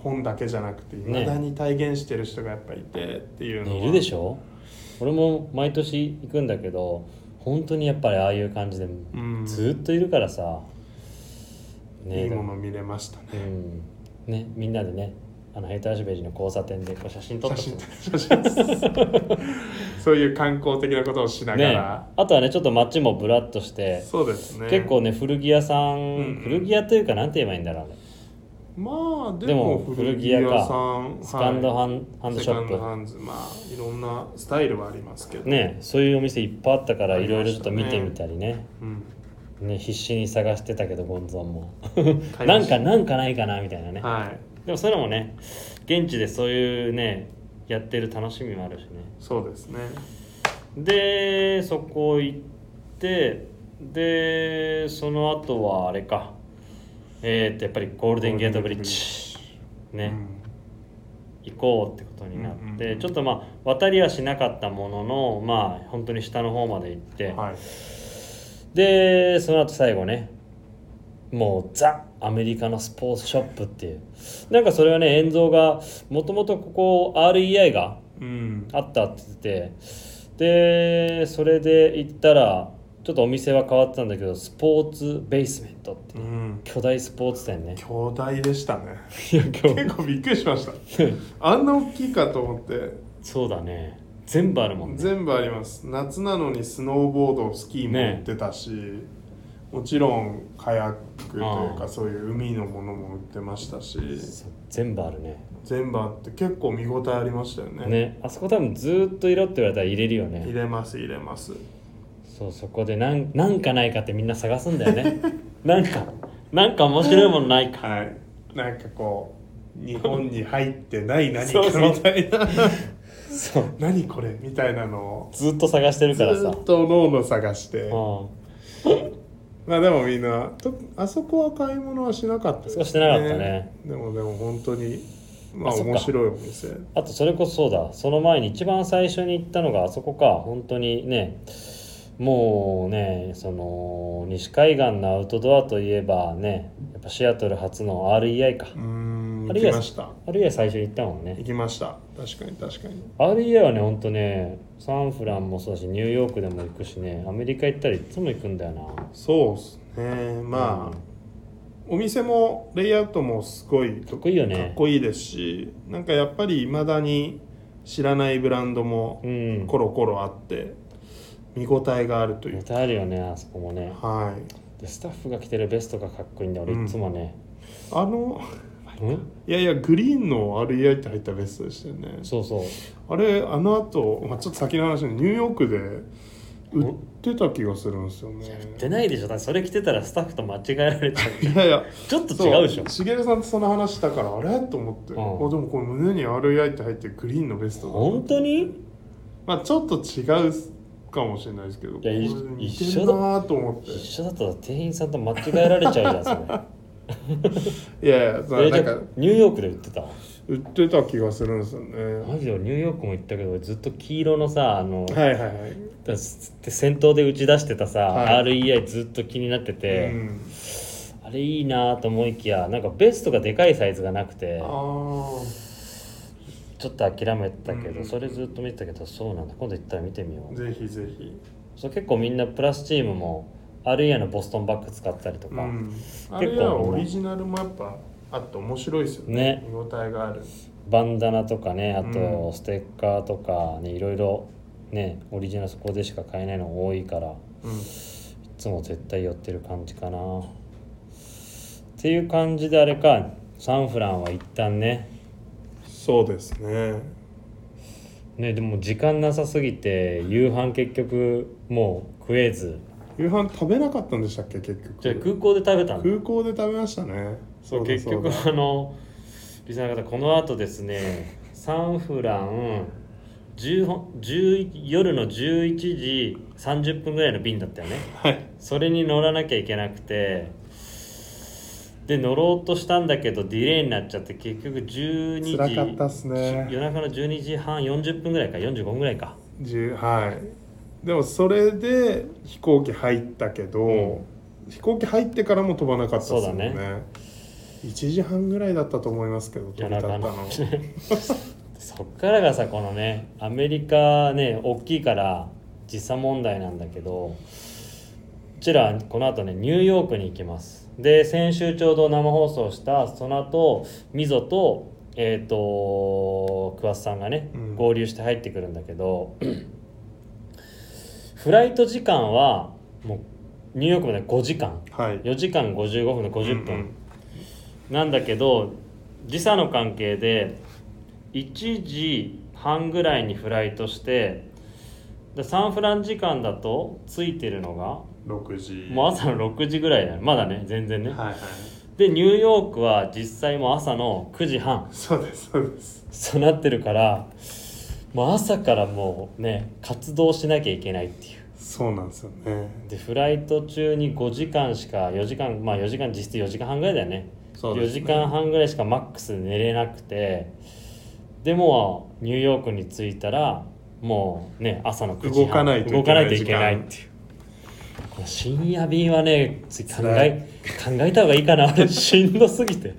[SPEAKER 2] 本だけじゃなくていまだに体現してる人がやっぱいてっていうのは、
[SPEAKER 1] ねいるでしょ俺も毎年行くんだけど本当にやっぱりああいう感じで
[SPEAKER 2] うん
[SPEAKER 1] ずっといるからさ、
[SPEAKER 2] いい
[SPEAKER 1] で
[SPEAKER 2] も
[SPEAKER 1] も
[SPEAKER 2] の見れましたね
[SPEAKER 1] うんねみんなでねあのヘイターシュベリーの交差点でこう写真撮った
[SPEAKER 2] 写
[SPEAKER 1] り
[SPEAKER 2] 真写真です そういう観光的なことをしなが
[SPEAKER 1] ね
[SPEAKER 2] ら、
[SPEAKER 1] あとはねちょっと街もブラッとして
[SPEAKER 2] そうですね
[SPEAKER 1] 結構ね古着屋さん、
[SPEAKER 2] うんうん
[SPEAKER 1] 古着屋というかなんて言えばいいんだろうね
[SPEAKER 2] まあで
[SPEAKER 1] でも
[SPEAKER 2] も古着屋
[SPEAKER 1] 古着屋
[SPEAKER 2] さん
[SPEAKER 1] スカンドハン,、ハンドシ
[SPEAKER 2] セ
[SPEAKER 1] ョ
[SPEAKER 2] カンド
[SPEAKER 1] ッ
[SPEAKER 2] ハンズまあいろんなスタイルはありますけど
[SPEAKER 1] プねそういうお店いっぱいあったから
[SPEAKER 2] あ
[SPEAKER 1] い
[SPEAKER 2] り
[SPEAKER 1] ろい
[SPEAKER 2] ま
[SPEAKER 1] ろちょ
[SPEAKER 2] し
[SPEAKER 1] ったと
[SPEAKER 2] ね
[SPEAKER 1] 見てみたりね
[SPEAKER 2] うん
[SPEAKER 1] ね必死に探してたけどゴンゾンも
[SPEAKER 2] 買い
[SPEAKER 1] な
[SPEAKER 2] ま
[SPEAKER 1] ん
[SPEAKER 2] し
[SPEAKER 1] か
[SPEAKER 2] た
[SPEAKER 1] なんかないかなみたいなね
[SPEAKER 2] はい
[SPEAKER 1] でもそれもね現地でそういうねやってる楽しみもあるしね
[SPEAKER 2] そうですね
[SPEAKER 1] でそこ行ってでその後はあれかえー、とやっぱりゴールデンゲートブリッジね、行こうってことになって、
[SPEAKER 2] うんうんうん
[SPEAKER 1] ちょっとまあ渡りはしなかったもののまあ本当に下の方まで行って、
[SPEAKER 2] うんはい
[SPEAKER 1] でその後最後ねもうザ・アメリカのスポーツショップっていうなんかそれはね遠蔵がもともとここ REI が
[SPEAKER 2] うん
[SPEAKER 1] あったって言っててでそれで行ったらちょっとお店は変わってたんだけどスポーツベースメントって
[SPEAKER 2] うん
[SPEAKER 1] 巨大スポーツ 店ね
[SPEAKER 2] 巨大でしたね
[SPEAKER 1] いや今日
[SPEAKER 2] 結構びっくりしま したあんな大きいかと思って
[SPEAKER 1] そうだね全部あるもんね
[SPEAKER 2] 全部あります夏なのにスノーボードスキーも売ってたし、もちろんカヤックという
[SPEAKER 1] あ
[SPEAKER 2] か
[SPEAKER 1] あ
[SPEAKER 2] そういう海のものも売ってましたし
[SPEAKER 1] そう全部あるね
[SPEAKER 2] 全部あって結構見応えありましたよね
[SPEAKER 1] ね、あそこ多分ずーっといろって言われたら入れるよ
[SPEAKER 2] 入
[SPEAKER 1] ね
[SPEAKER 2] れます入れます
[SPEAKER 1] そうそこでなんなんかないかってみんな探すんだよね なんかなんか面白いものないか
[SPEAKER 2] はいなんかこう日本に入ってない何か
[SPEAKER 1] そうそう
[SPEAKER 2] みたいな
[SPEAKER 1] そう
[SPEAKER 2] 何これみたいなのを
[SPEAKER 1] ずーっと探してる
[SPEAKER 2] ず
[SPEAKER 1] からさ
[SPEAKER 2] ーっと脳の探して
[SPEAKER 1] う
[SPEAKER 2] まあでもみんなとあそこは買い物はしなかったです
[SPEAKER 1] そうしてなかったね
[SPEAKER 2] でもでも本当にまあ
[SPEAKER 1] あそっか
[SPEAKER 2] 面白いお店
[SPEAKER 1] んあとそれこそそうだその前に一番最初に行ったのがあそこか本当にねもうねその西海岸のアウトドアといえばねやっぱシアトル初の REI か
[SPEAKER 2] うーん
[SPEAKER 1] あ
[SPEAKER 2] 行
[SPEAKER 1] るいは
[SPEAKER 2] きました
[SPEAKER 1] REI 最初に行ったもん
[SPEAKER 2] 行
[SPEAKER 1] ね
[SPEAKER 2] きました確かに確かに
[SPEAKER 1] REI はねほんとねサンフランもそうだしニューヨークでも行くしねアメリカ行ったらいつも行くんだよな
[SPEAKER 2] そうですねまあ、お店もレイアウトもすごい
[SPEAKER 1] かっこいいよね
[SPEAKER 2] かっこいいですしなんかやっぱりいまだに知らないブランドも
[SPEAKER 1] うん
[SPEAKER 2] コロコロあって見応えがあるという
[SPEAKER 1] またあるよねあそこもね
[SPEAKER 2] はい
[SPEAKER 1] でスタッフが着てるベストがかっこいいんだよ俺いつもね、
[SPEAKER 2] あの
[SPEAKER 1] うん、
[SPEAKER 2] いやいやグリーンの REI って入ったベストでしたよね
[SPEAKER 1] そうそう
[SPEAKER 2] あれあの後、まあちょっと先の話でニューヨークで売ってた気がするんですよね
[SPEAKER 1] 出ないでしょだってそれ着てたらスタッフと間違えられちゃう
[SPEAKER 2] いやいや
[SPEAKER 1] ちょっと違うでしょ
[SPEAKER 2] しげるさんとその話したからあれと思って、
[SPEAKER 1] うん
[SPEAKER 2] あでもこれ胸に REI って入ってるグリーンのベストだ
[SPEAKER 1] 本当に
[SPEAKER 2] まあちょっと違うかもしれないですけど
[SPEAKER 1] いやい
[SPEAKER 2] これ似てるなと思って
[SPEAKER 1] 一緒だったら店員さんと間違えられちゃうじゃんそれ
[SPEAKER 2] いやいや
[SPEAKER 1] え
[SPEAKER 2] その
[SPEAKER 1] じ
[SPEAKER 2] な
[SPEAKER 1] ゃ
[SPEAKER 2] ん
[SPEAKER 1] あ
[SPEAKER 2] か
[SPEAKER 1] ニューヨークで売ってた
[SPEAKER 2] 売ってた気がするんですよね
[SPEAKER 1] マジで俺ニューヨークも行ったけどずっと黄色のさあ の、
[SPEAKER 2] はいはいはい、
[SPEAKER 1] だす先頭で打ち出してたさ、
[SPEAKER 2] はい
[SPEAKER 1] REI ずっと気になってて、
[SPEAKER 2] うん、
[SPEAKER 1] あれいいなと思いきやなんかベストがでかいサイズがなくて
[SPEAKER 2] ああ
[SPEAKER 1] ちょっと諦めたけど、
[SPEAKER 2] うん
[SPEAKER 1] それずっと見てたけどそうなんだ今度行ったら見てみよう
[SPEAKER 2] ぜひぜひ
[SPEAKER 1] そう結構みんなプラスチームも REI のボストンバッグ使ったりと
[SPEAKER 2] う
[SPEAKER 1] か、
[SPEAKER 2] ん、あれはオリジナルもやっぱあって面白いですよね
[SPEAKER 1] ね
[SPEAKER 2] 見応えがある
[SPEAKER 1] バンダナとかねあ
[SPEAKER 2] う
[SPEAKER 1] と
[SPEAKER 2] ん
[SPEAKER 1] ステッカーとかねいろいろねオリジナルそこでしか買えないの多いから
[SPEAKER 2] うん
[SPEAKER 1] いつも絶対寄ってる感じかなっていう感じであれかサンフランは一旦ね
[SPEAKER 2] そうですね
[SPEAKER 1] ねでも時間なさすぎて夕飯結局もう食えず
[SPEAKER 2] 夕飯食べなかったんでしたっけ結
[SPEAKER 1] じゃあ
[SPEAKER 2] 局
[SPEAKER 1] 空港で食べたの
[SPEAKER 2] 空港で食べましたね
[SPEAKER 1] そう
[SPEAKER 2] だ
[SPEAKER 1] 結
[SPEAKER 2] だ
[SPEAKER 1] 局あのリスナーの方この後ですねサンフラン10ほ10夜の11時30分ぐらいの便だったよね
[SPEAKER 2] はい
[SPEAKER 1] それに乗らなきゃいけなくてで乗ろうとしたんだけどディレイになっちゃって結局12時
[SPEAKER 2] 辛かったっすね
[SPEAKER 1] 夜中の12時半40分ぐらいか45分ぐらいか
[SPEAKER 2] じゅはいでもそれで飛行機入ったけど、
[SPEAKER 1] うん
[SPEAKER 2] 飛行機入ってからも飛ばなかったですもんね
[SPEAKER 1] そうだ
[SPEAKER 2] 1時半ぐらいだったと思いますけど飛び立った
[SPEAKER 1] 夜
[SPEAKER 2] の
[SPEAKER 1] 中のそっからがさこのねアメリカね大きいから時差問題なんだけどうちらこの後ねニューヨークに行きますで先週ちょうど生放送したその後ミゾとえっ、と桑田さんがね
[SPEAKER 2] うん
[SPEAKER 1] 合流して入ってくるんだけど、フライト時間はもうニューヨークまで5時間
[SPEAKER 2] はい
[SPEAKER 1] 4時間55分の50分、
[SPEAKER 2] うんうん
[SPEAKER 1] なんだけど時差の関係で1時半ぐらいにフライトしてでサンフラン時間だとついてるのが
[SPEAKER 2] 6時
[SPEAKER 1] もう朝の6時ぐらいだよまだね全然ね、
[SPEAKER 2] はいはい
[SPEAKER 1] でニューヨークは実際もう朝の9時半
[SPEAKER 2] そうですそうです
[SPEAKER 1] そうなってるからもう朝からもうね活動しなきゃいけないっていう
[SPEAKER 2] そうなんですよね
[SPEAKER 1] でフライト中に5時間しか4時間まあ4時間実質4時間半ぐらいだよね
[SPEAKER 2] そうで
[SPEAKER 1] 4
[SPEAKER 2] すね
[SPEAKER 1] 時間半ぐらいしかマックス寝れなくてでもニューヨークに着いたらもうね朝の9時半
[SPEAKER 2] 動かないといけない
[SPEAKER 1] 動かないといけないっていうこの深夜便はねつい考え考えた方がいいかな俺しんどすぎて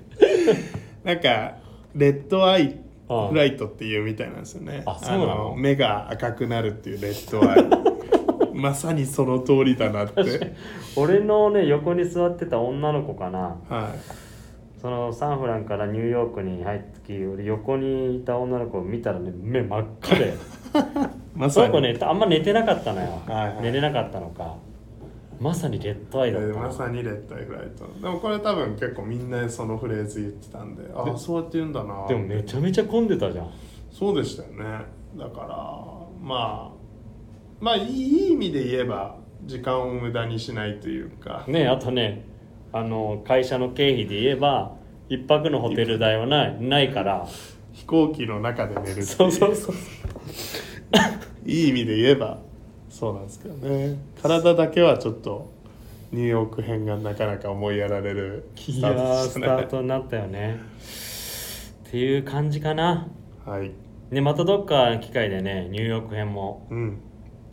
[SPEAKER 2] なんかレッドアイ
[SPEAKER 1] ああ
[SPEAKER 2] フライトっていうみたいなんですよね
[SPEAKER 1] あそうなの
[SPEAKER 2] 目が赤くなるっていうレッドア イまさにその通りだなって
[SPEAKER 1] 俺のね横に座ってた女の子かな
[SPEAKER 2] はい
[SPEAKER 1] そのサンフランからニューヨークに入った時俺横にいた女の子を見たらね目真っ赤で
[SPEAKER 2] ま
[SPEAKER 1] そ
[SPEAKER 2] さ
[SPEAKER 1] の子
[SPEAKER 2] に、
[SPEAKER 1] ねあんま寝てなかったのよ、
[SPEAKER 2] はいはい
[SPEAKER 1] 寝れなかったのかまさにレッドアイだったな
[SPEAKER 2] まさにレッドアイフライトでもこれ多分結構みんなそのフレーズ言ってたんでああそうやって言うんだな
[SPEAKER 1] でもめちゃめちゃ混んでたじゃん
[SPEAKER 2] そうでしたよねだからまあまあいい意味で言えば時間を無駄にしないというか
[SPEAKER 1] ねあとねあの会社の経費で言えば一泊のホテル代はないないから
[SPEAKER 2] 飛行機の中で寝るっていう
[SPEAKER 1] そうそうそう
[SPEAKER 2] いい意味で言えばそうなんですけどね体だけはちょっとニューヨーク編がなかなか思いやられる
[SPEAKER 1] い
[SPEAKER 2] スタ
[SPEAKER 1] や
[SPEAKER 2] ート
[SPEAKER 1] ー
[SPEAKER 2] でし
[SPEAKER 1] ス
[SPEAKER 2] た
[SPEAKER 1] タ
[SPEAKER 2] ね
[SPEAKER 1] ートになったよねっていう感じかな
[SPEAKER 2] はい
[SPEAKER 1] ねまたどっかの機会でねニューヨーク編も
[SPEAKER 2] うん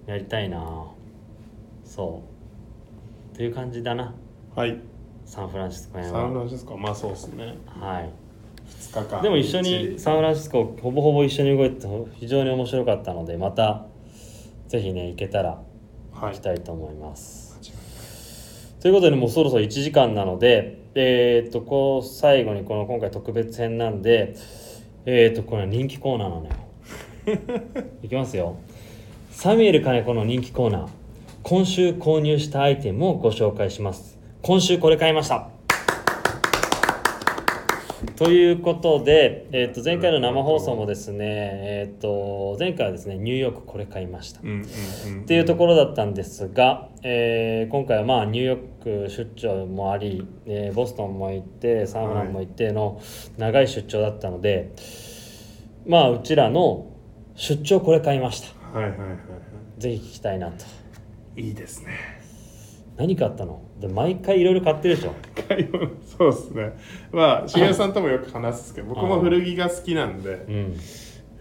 [SPEAKER 1] やりたいなそうっていう感じだな
[SPEAKER 2] はい
[SPEAKER 1] サンフランシスコ編
[SPEAKER 2] サンフラ
[SPEAKER 1] は
[SPEAKER 2] ンシスコまあそうですね
[SPEAKER 1] はい
[SPEAKER 2] 2日間
[SPEAKER 1] でも一緒
[SPEAKER 2] みっち
[SPEAKER 1] に
[SPEAKER 2] り
[SPEAKER 1] サンフランシスコほぼほぼ一緒に動いて非常に面白かったのでまたぜひね行けたら
[SPEAKER 2] は
[SPEAKER 1] 行
[SPEAKER 2] い
[SPEAKER 1] きたいと思います。
[SPEAKER 2] 間違
[SPEAKER 1] ということでもうそろそろ1時間なので、えー、とこう最後にこの今回特別編なんで、えー、とこれは人気コーナーなのよ。いきますよ。サミュエル金子の人気コーナー今週購入したアイテムをご紹介します。今週これ買いましたということで、えー、と前回の生放送もですね、えー、と前回はですねニューヨークこれ買いました
[SPEAKER 2] うんうんうん
[SPEAKER 1] っていうところだったんですが、えー今回はまあニューヨーク出張もあり、えーボストンも行ってサンフランも行っての長い出張だったので、まあうちらの出張これ買いました
[SPEAKER 2] はいはいはいは
[SPEAKER 1] ぜひ聞きたいなと
[SPEAKER 2] いいいですね
[SPEAKER 1] 何買ったので毎回いろいろ買ってるでしょ
[SPEAKER 2] 買い物そうですねまあ茂さんともよく話すんですけど僕も古着が好きなんで
[SPEAKER 1] うん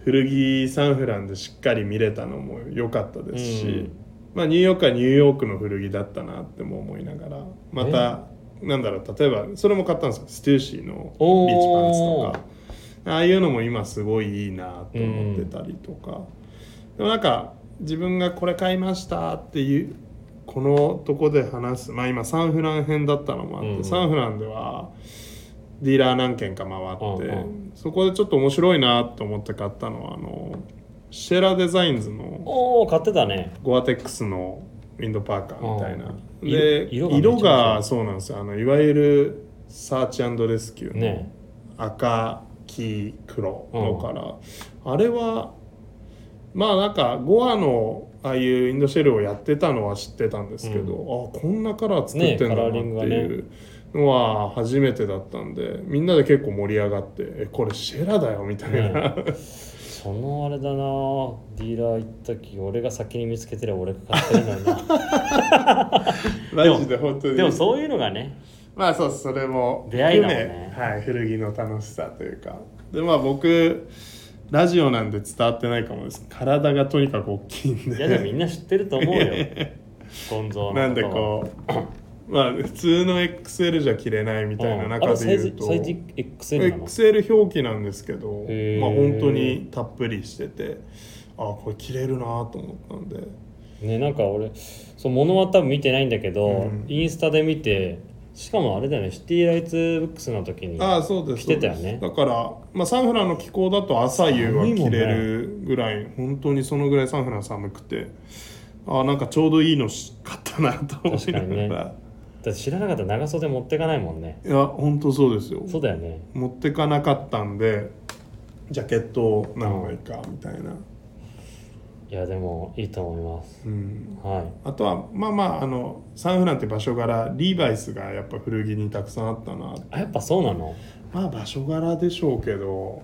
[SPEAKER 2] 古着サンフランでしっかり見れたのも良かったですし、
[SPEAKER 1] うん
[SPEAKER 2] まあ、ニューヨークはニューヨークの古着だったなっても思いながらまた、なんだろう例えばそれも買ったんですよステューシーのビ
[SPEAKER 1] おー
[SPEAKER 2] ーチパンツとかああいうのも今すごいいいなと思ってたりとか、でもなんか自分がこれ買いましたっていうこのとこで話すまあ今サンフラン編だったのもあって、
[SPEAKER 1] うん
[SPEAKER 2] サンフランではディーラー何軒か回って、
[SPEAKER 1] うんう
[SPEAKER 2] そこでちょっと面白いなと思って買ったのはあのシェラデザインズの
[SPEAKER 1] おお買ってたね
[SPEAKER 2] ゴアテックスのウィンドパーカーみたいな、
[SPEAKER 1] うん
[SPEAKER 2] で
[SPEAKER 1] 色
[SPEAKER 2] 色
[SPEAKER 1] が
[SPEAKER 2] が
[SPEAKER 1] めちゃめちゃ
[SPEAKER 2] そうなんですよあのいわゆるサーチレスキューの
[SPEAKER 1] ね
[SPEAKER 2] 赤黄黒のから、あれはまあなんかゴアのああいうインドシェルをやってたのは知ってたんですけど、あこんなカラー作ってんだ
[SPEAKER 1] ねカラ
[SPEAKER 2] なっ
[SPEAKER 1] ー
[SPEAKER 2] て
[SPEAKER 1] リングが
[SPEAKER 2] い
[SPEAKER 1] ね
[SPEAKER 2] うのは初めてだったんでみんなで結構盛り上がって「えこれシェラだよ」みたいな、
[SPEAKER 1] そのあれだなディーラー行った時俺が先に見つけてりゃ俺が買ってるのにな
[SPEAKER 2] マジで本当に
[SPEAKER 1] でもそういうのがね
[SPEAKER 2] まあそうですそれも
[SPEAKER 1] 出会いだもんね
[SPEAKER 2] 含めはい、古着の楽しさというかでまあ僕ラジオなんで伝わってないかもです体がとにかく大きいん
[SPEAKER 1] いやでもみ
[SPEAKER 2] で
[SPEAKER 1] んな知ってると思うよゴンゾーのことは
[SPEAKER 2] なんでこう まあ普通の XL じゃ着れないみたいな
[SPEAKER 1] うんあ
[SPEAKER 2] 中
[SPEAKER 1] れ
[SPEAKER 2] で
[SPEAKER 1] サイ
[SPEAKER 2] 言う
[SPEAKER 1] ズ
[SPEAKER 2] と、
[SPEAKER 1] サイズ XL なの
[SPEAKER 2] XL 表記なんですけど、
[SPEAKER 1] へー
[SPEAKER 2] まあ本当にたっぷりしててあこれ着れるなと思ったんで
[SPEAKER 1] ねなんか俺そう物は多分見てないんだけど、
[SPEAKER 2] うん
[SPEAKER 1] インスタで見てしかもあれだよねシティライツブックスの時に
[SPEAKER 2] ああそうです
[SPEAKER 1] 着てたよね
[SPEAKER 2] そうですだから、まあ、サンフランの気候だと朝夕は
[SPEAKER 1] 寒いも
[SPEAKER 2] 着
[SPEAKER 1] んね
[SPEAKER 2] れるぐらい、本当にそのぐらいサンフラン寒くてああなんかちょうどいいのし買ったなと思いなが
[SPEAKER 1] 確
[SPEAKER 2] ら、
[SPEAKER 1] だって知らなかったら長袖持ってかないもんね
[SPEAKER 2] いや本当そうですよ
[SPEAKER 1] そうだよね
[SPEAKER 2] 持ってかなかったんでジャケットを何枚かみたいな、
[SPEAKER 1] いやでもいいと思います
[SPEAKER 2] うん、
[SPEAKER 1] はい
[SPEAKER 2] あとはまあまああのサンフランって場所柄リーバイスがやっぱ古着にたくさんあったな
[SPEAKER 1] あやっぱそうなの
[SPEAKER 2] まあ場所柄でしょうけど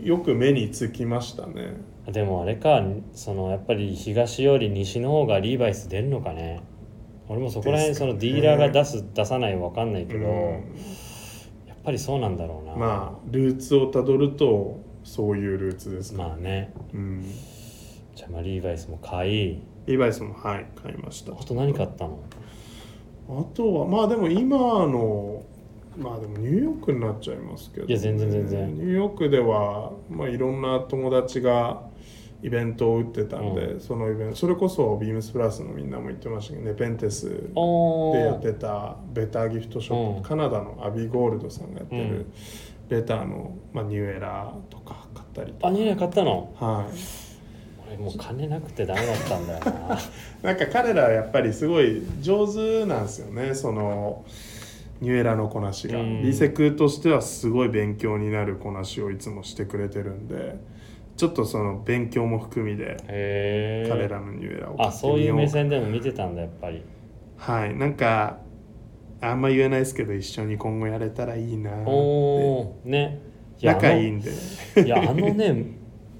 [SPEAKER 2] よく目につきましたね
[SPEAKER 1] でもあれかそのやっぱり東より西の方がリーバイス出るのかね俺もそこら辺
[SPEAKER 2] です
[SPEAKER 1] そ
[SPEAKER 2] かね
[SPEAKER 1] のディーラーが出す出さないわかんないけど、
[SPEAKER 2] うん
[SPEAKER 1] やっぱりそうなんだろうな
[SPEAKER 2] まあルーツをたどるとそういうルーツですか、
[SPEAKER 1] まあね
[SPEAKER 2] うん
[SPEAKER 1] じゃあまあリーバイスも買い
[SPEAKER 2] リーバイスもはい買いました
[SPEAKER 1] あと何買ったの
[SPEAKER 2] あとはまあでも今のまあでもニューヨークになっちゃいますけど、
[SPEAKER 1] いや全然全然
[SPEAKER 2] ニューヨークでは、まあ、いろんな友達がイベントを打ってたんで、
[SPEAKER 1] う
[SPEAKER 2] そのイベントそれこそビームスプラスのみんなも言ってましたけどネペンテス
[SPEAKER 1] お
[SPEAKER 2] でやってたベターギフトショップ、
[SPEAKER 1] うん
[SPEAKER 2] カナダのアビーゴールドさんがやって
[SPEAKER 1] う
[SPEAKER 2] る
[SPEAKER 1] ん
[SPEAKER 2] ベターの、まあ、ニューエラーとか買ったりとか
[SPEAKER 1] あニューエラー買ったの
[SPEAKER 2] はい
[SPEAKER 1] 俺もう金なくてダメだったんだよな
[SPEAKER 2] なんか彼らはやっぱりすごい上手なんですよねそのニュエラのこなしが、
[SPEAKER 1] うん
[SPEAKER 2] リセクとしてはすごい勉強になるこなしをいつもしてくれてるんでちょっとその勉強も含みで
[SPEAKER 1] へえ
[SPEAKER 2] 彼らのニュエラを
[SPEAKER 1] あそういう
[SPEAKER 2] 買
[SPEAKER 1] 目
[SPEAKER 2] ってみ
[SPEAKER 1] 線
[SPEAKER 2] よ
[SPEAKER 1] でも見てたんだやっぱり
[SPEAKER 2] はいなんかあんま言えないですけど一緒に今後やれたらいいなって
[SPEAKER 1] おおーねや
[SPEAKER 2] 仲い
[SPEAKER 1] あ
[SPEAKER 2] いんで
[SPEAKER 1] のいやあのね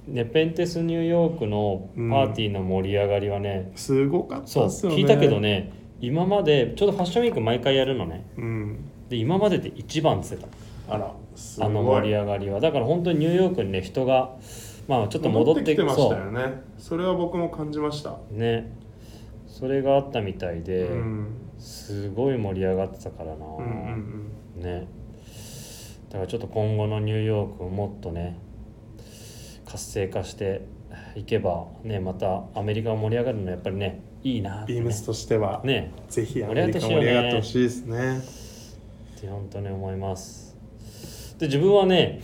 [SPEAKER 1] ネペンテスニューヨークのパーティーの盛り上がりはね、
[SPEAKER 2] すごかったっす
[SPEAKER 1] そう
[SPEAKER 2] よね
[SPEAKER 1] 聞いたけどね今までちょうどファッションウィーク毎回やるのね
[SPEAKER 2] うん
[SPEAKER 1] で今までで一番っつって
[SPEAKER 2] あらす
[SPEAKER 1] た
[SPEAKER 2] ごい
[SPEAKER 1] あの盛り上がりはだから本当にニューヨークにね人がまあちょっと戻って
[SPEAKER 2] きてました
[SPEAKER 1] そ
[SPEAKER 2] よねそれは僕も感じました
[SPEAKER 1] うねそれがあったみたいで、
[SPEAKER 2] うん
[SPEAKER 1] すごい盛り上がってたからな、
[SPEAKER 2] うんうんうん
[SPEAKER 1] ねだからちょっと今後のニューヨークをもっとね活性化していけばねまたアメリカが盛り上がるのはやっぱりねいいなって
[SPEAKER 2] ビーム
[SPEAKER 1] ね
[SPEAKER 2] スとしては、
[SPEAKER 1] ね
[SPEAKER 2] ぜひアメリカ盛り上がってほしいですね。
[SPEAKER 1] って本当に思いますで自分はね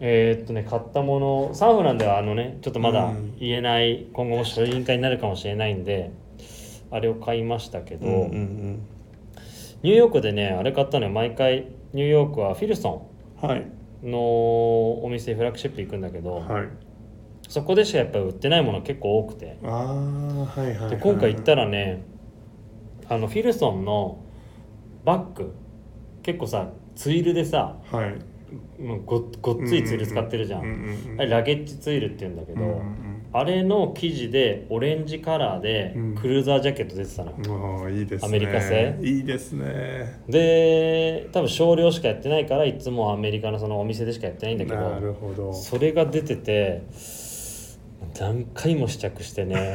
[SPEAKER 1] えーっとね買ったものサーフランではあのねちょっとまだ
[SPEAKER 2] うん
[SPEAKER 1] 言えない、今後も所有委員会になるかもしれないんであれを買いましたけど、
[SPEAKER 2] ん
[SPEAKER 1] ニューヨークでねあれ買ったのよ毎回ニューヨークはフィルソ
[SPEAKER 2] うん、はい、
[SPEAKER 1] ンのお店フラッグシップ行くんだけど、
[SPEAKER 2] はい、
[SPEAKER 1] そこでしかやっぱり売ってないもの結構多くて
[SPEAKER 2] ああ、はいはいはい、
[SPEAKER 1] で今回行った
[SPEAKER 2] ら、
[SPEAKER 1] らねあのフィルソンのバッグ結構さツイルでさ
[SPEAKER 2] はい、
[SPEAKER 1] もうごごっついツイル使ってるじゃん,、
[SPEAKER 2] うんうんうん
[SPEAKER 1] あれラゲッジツイルって言うんだけど、
[SPEAKER 2] うんうん
[SPEAKER 1] あれの生地でオレンジカラーで
[SPEAKER 2] うん
[SPEAKER 1] クルーザージャケット出てたの、
[SPEAKER 2] もういいですね
[SPEAKER 1] アメリカ製
[SPEAKER 2] いいですね
[SPEAKER 1] で多分少量しかやってないからいつもアメリカのそのお店でしかやってないんだけ
[SPEAKER 2] なる
[SPEAKER 1] ど
[SPEAKER 2] ほど
[SPEAKER 1] それが出てて何回も試着してね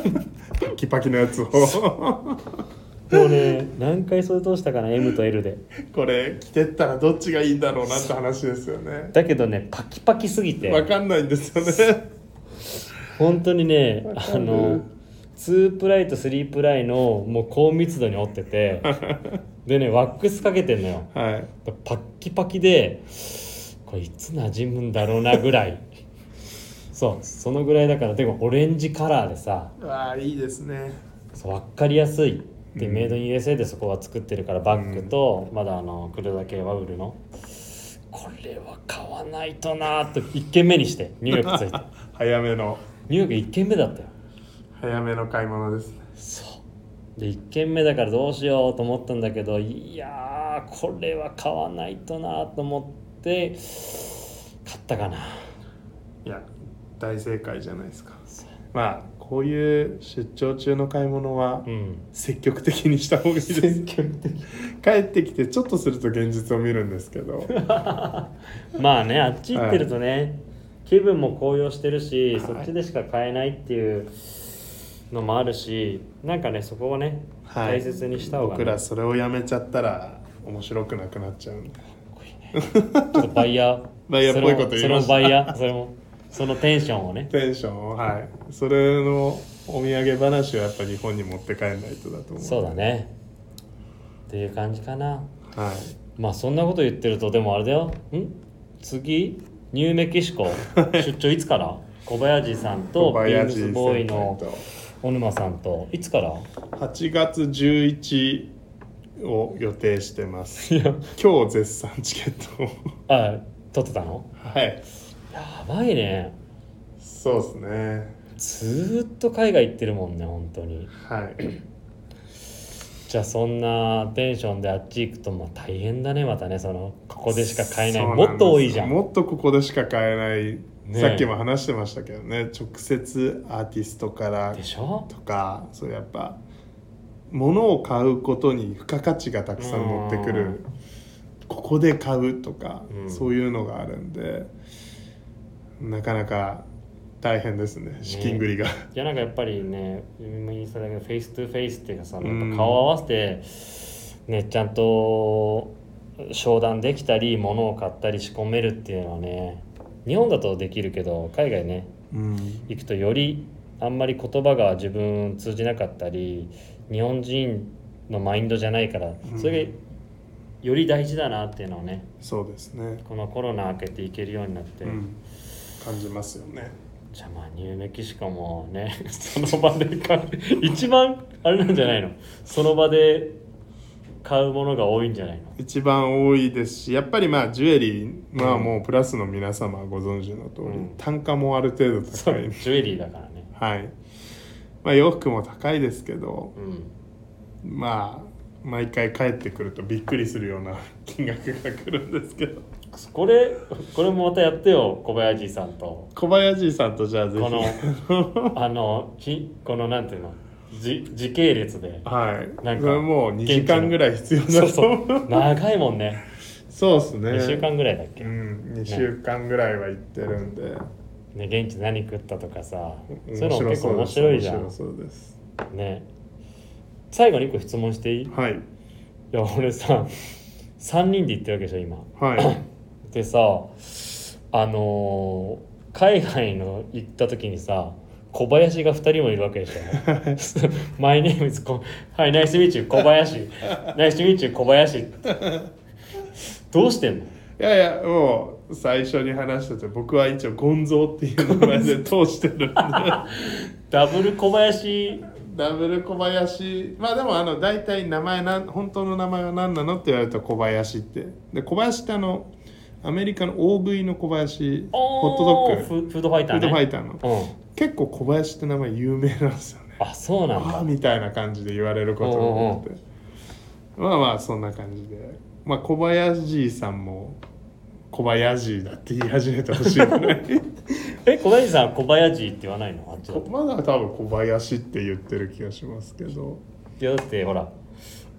[SPEAKER 2] パキパキのやつを
[SPEAKER 1] もうね何回それ通したかな M と L で
[SPEAKER 2] これ着てったらどっちがいいんだろうなって話ですよね
[SPEAKER 1] だけどねパキパキすぎて
[SPEAKER 2] わかんないんですよね
[SPEAKER 1] 本当にね
[SPEAKER 2] わか
[SPEAKER 1] あ
[SPEAKER 2] る
[SPEAKER 1] の2プライと3プライのもう高密度に折って てでねワックスかけてんのよ
[SPEAKER 2] はい
[SPEAKER 1] パッキパキでこれいつ馴染むんだろうなぐらいそうそのぐらいだからでもオレンジカラーでさ
[SPEAKER 2] ああいいですね
[SPEAKER 1] そう分かりやすいで、
[SPEAKER 2] うん
[SPEAKER 1] メイドイン USA でそこは作ってるからバッグと、まだあの黒だけワウルのこれは買わないとなーと1軒目にしてニューヨーク着いて
[SPEAKER 2] 早めの
[SPEAKER 1] ニューヨーク1軒目だったよ
[SPEAKER 2] 早めの買い物ですね
[SPEAKER 1] そうで1軒目だからどうしようと思ったんだけどいやーこれは買わないとなーと思って買ったかない
[SPEAKER 2] や大正解じゃないですか
[SPEAKER 1] そう
[SPEAKER 2] まあこういう出張中の買い物は
[SPEAKER 1] うん
[SPEAKER 2] 積極的にした方がいいです
[SPEAKER 1] 積極的
[SPEAKER 2] 帰ってきてちょっとすると現実を見るんですけ ど
[SPEAKER 1] まあねあっち行ってるとね、気分も高揚してるし、
[SPEAKER 2] はい
[SPEAKER 1] そっちでしか買えないっていうのもあるしなんかねそこをね、
[SPEAKER 2] はい
[SPEAKER 1] 大切にした方が、ね、
[SPEAKER 2] 僕らそれをやめちゃったら面白くなくなっちゃうんで
[SPEAKER 1] ちょっとバイヤー
[SPEAKER 2] バイヤーっぽいこと言いま
[SPEAKER 1] そのそ
[SPEAKER 2] した
[SPEAKER 1] のバイヤーそれもそのテンションをね
[SPEAKER 2] テンションをはいそれのお土産話をやっぱ日本に持って帰らないとだと思う
[SPEAKER 1] そうだねっていう感じかな
[SPEAKER 2] はい
[SPEAKER 1] まあそんなこと言ってるとでもあれだよん次ニューメキシコ出張いつから小林さんとビームスボーイの小沼さんといつから
[SPEAKER 2] 8月11を予定してます
[SPEAKER 1] いや
[SPEAKER 2] 今日絶賛チケットを
[SPEAKER 1] あ撮ってたの
[SPEAKER 2] はい
[SPEAKER 1] やばいね
[SPEAKER 2] そうですね
[SPEAKER 1] ずーっと海外行ってるもんね本当に
[SPEAKER 2] はい
[SPEAKER 1] じゃあそんなテンションであっち行くとまあ大変だねまたねそのここでしか買えない
[SPEAKER 2] そう
[SPEAKER 1] も
[SPEAKER 2] んです
[SPEAKER 1] っと多いじゃん
[SPEAKER 2] もっとここでしか買えない、
[SPEAKER 1] ねえ
[SPEAKER 2] さっきも話してましたけどね直接アーティストから
[SPEAKER 1] でしょ
[SPEAKER 2] とかそうやっぱ物を買うことに付加価値がたくさん持ってく
[SPEAKER 1] う
[SPEAKER 2] る
[SPEAKER 1] ん
[SPEAKER 2] ここで買うとか、
[SPEAKER 1] うん
[SPEAKER 2] そういうのがあるんでなかなか大変ですね資金繰りが、
[SPEAKER 1] いやなんかやっぱりねインスタだけどフェイストゥフェイスっていうかさやっ
[SPEAKER 2] うん
[SPEAKER 1] ぱ顔合わせてねちゃんと商談できたり物を買ったり仕込めるっていうのはね日本だとできるけど海外ね
[SPEAKER 2] うん
[SPEAKER 1] 行くとよりあんまり言葉が自分通じなかったり日本人のマインドじゃないから
[SPEAKER 2] うん
[SPEAKER 1] それがより大事だなっていうのをね
[SPEAKER 2] そうですね、
[SPEAKER 1] このコロナ明けていけるようになって、
[SPEAKER 2] うん、感じますよね
[SPEAKER 1] じゃあまあニューメキシコもね その場で買う一番あれなんじゃないのその場で買うものが多いんじゃないの
[SPEAKER 2] 一番多いですしやっぱりまあジュエリーまあもうプラスの皆様はご存知の通り、
[SPEAKER 1] うん
[SPEAKER 2] 単価もある程度
[SPEAKER 1] そ
[SPEAKER 2] 高
[SPEAKER 1] う
[SPEAKER 2] い
[SPEAKER 1] ジュエリーだからね
[SPEAKER 2] はいまあ洋服も高いですけど
[SPEAKER 1] うん
[SPEAKER 2] まあ毎回帰ってくるとびっくりするような 金額が来るんですけど
[SPEAKER 1] これこれもまたやってよ小林さんと
[SPEAKER 2] 小林さんとじゃあぜひ
[SPEAKER 1] このあのきこのなんていうのじ時系列で
[SPEAKER 2] はい
[SPEAKER 1] なんか
[SPEAKER 2] これもう2時間ぐらい必要だ
[SPEAKER 1] そう
[SPEAKER 2] と
[SPEAKER 1] そ
[SPEAKER 2] 思う
[SPEAKER 1] う長いもんね
[SPEAKER 2] そうですね
[SPEAKER 1] 2週間ぐらいだっけ、
[SPEAKER 2] うん2週間ぐらいは行ってるんで、
[SPEAKER 1] ね、現地何食ったとかさそういうの
[SPEAKER 2] 面
[SPEAKER 1] も
[SPEAKER 2] 白
[SPEAKER 1] 結構
[SPEAKER 2] そう
[SPEAKER 1] 面
[SPEAKER 2] です
[SPEAKER 1] 白いじゃ
[SPEAKER 2] 面
[SPEAKER 1] ん
[SPEAKER 2] 白そうです
[SPEAKER 1] ね最後に1個質問していいい
[SPEAKER 2] はい
[SPEAKER 1] や俺さ3人で行ってるわけでしょ今
[SPEAKER 2] はい
[SPEAKER 1] でさあのー海外の行った時にさ小林が2人もいるわけでし ょ My name is こはい nice to meet you 小林 nice to meet you 小林どうしてんの
[SPEAKER 2] いやいやもう最初に話してて僕は一応ゴンゾーっていう名前で通してる んで
[SPEAKER 1] ダブル小林
[SPEAKER 2] ダブル小林まあでもあの大体名前なん本当の名前は何なのって言われると小林ってで小林ってあのアメリカの大食いの小林ホットドッグ
[SPEAKER 1] フ
[SPEAKER 2] フ
[SPEAKER 1] フードファイター
[SPEAKER 2] ー
[SPEAKER 1] ね
[SPEAKER 2] ドファイターの
[SPEAKER 1] うん
[SPEAKER 2] 結構小林って名前有名なんですよね
[SPEAKER 1] あそうなん
[SPEAKER 2] ああ
[SPEAKER 1] だ
[SPEAKER 2] みたいな感じで言われることが多くてまあまあそんな感じでまあ 小林さんも小林だって言い始めてほしいぐらい
[SPEAKER 1] え小林さん小林って言わないのあっちだと
[SPEAKER 2] こまだ多分小林って言ってる気がしますけど
[SPEAKER 1] いやだってほら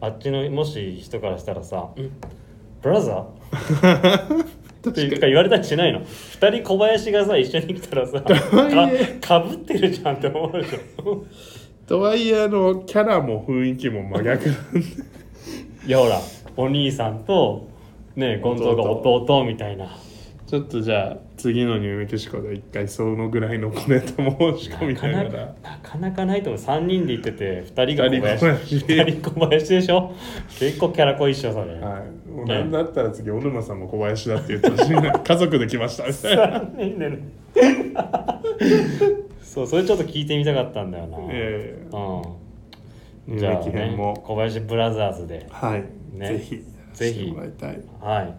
[SPEAKER 1] あっちのもし人からしたらさ「んブラザー?」っていうか言われたりしないの二人小林がさ一緒に来たらさ
[SPEAKER 2] わいい
[SPEAKER 1] かかぶってるじゃんって思うでし ょ
[SPEAKER 2] とはいえあのキャラも雰囲気も真逆なん で
[SPEAKER 1] いやほらお兄さんとねゴンゾーが弟みたいな
[SPEAKER 2] ちょっとじゃあ次のニューメキシコで一回そのぐらいのコネタも仕込み
[SPEAKER 1] なかな
[SPEAKER 2] ながら
[SPEAKER 1] かなかなかないと思う3人で行ってて2人が小林
[SPEAKER 2] 二人小林
[SPEAKER 1] 2人小林でしょ結構キャラ濃いっしょそれ、
[SPEAKER 2] はい、もうなんだったら次小沼さんも小林だって言ってほしいな家族で来ましたみた いな
[SPEAKER 1] 3人でねそうそれちょっと聞いてみたかったんだよな、
[SPEAKER 2] ええ
[SPEAKER 1] う
[SPEAKER 2] ニ
[SPEAKER 1] ん
[SPEAKER 2] ュ
[SPEAKER 1] じ
[SPEAKER 2] ー
[SPEAKER 1] ゃ
[SPEAKER 2] メ
[SPEAKER 1] あ、
[SPEAKER 2] キ
[SPEAKER 1] ね
[SPEAKER 2] 編、も、
[SPEAKER 1] 小林ブラザーズで
[SPEAKER 2] はい、
[SPEAKER 1] ね
[SPEAKER 2] ぜひ
[SPEAKER 1] ぜひ
[SPEAKER 2] やらせてもらいたい
[SPEAKER 1] はい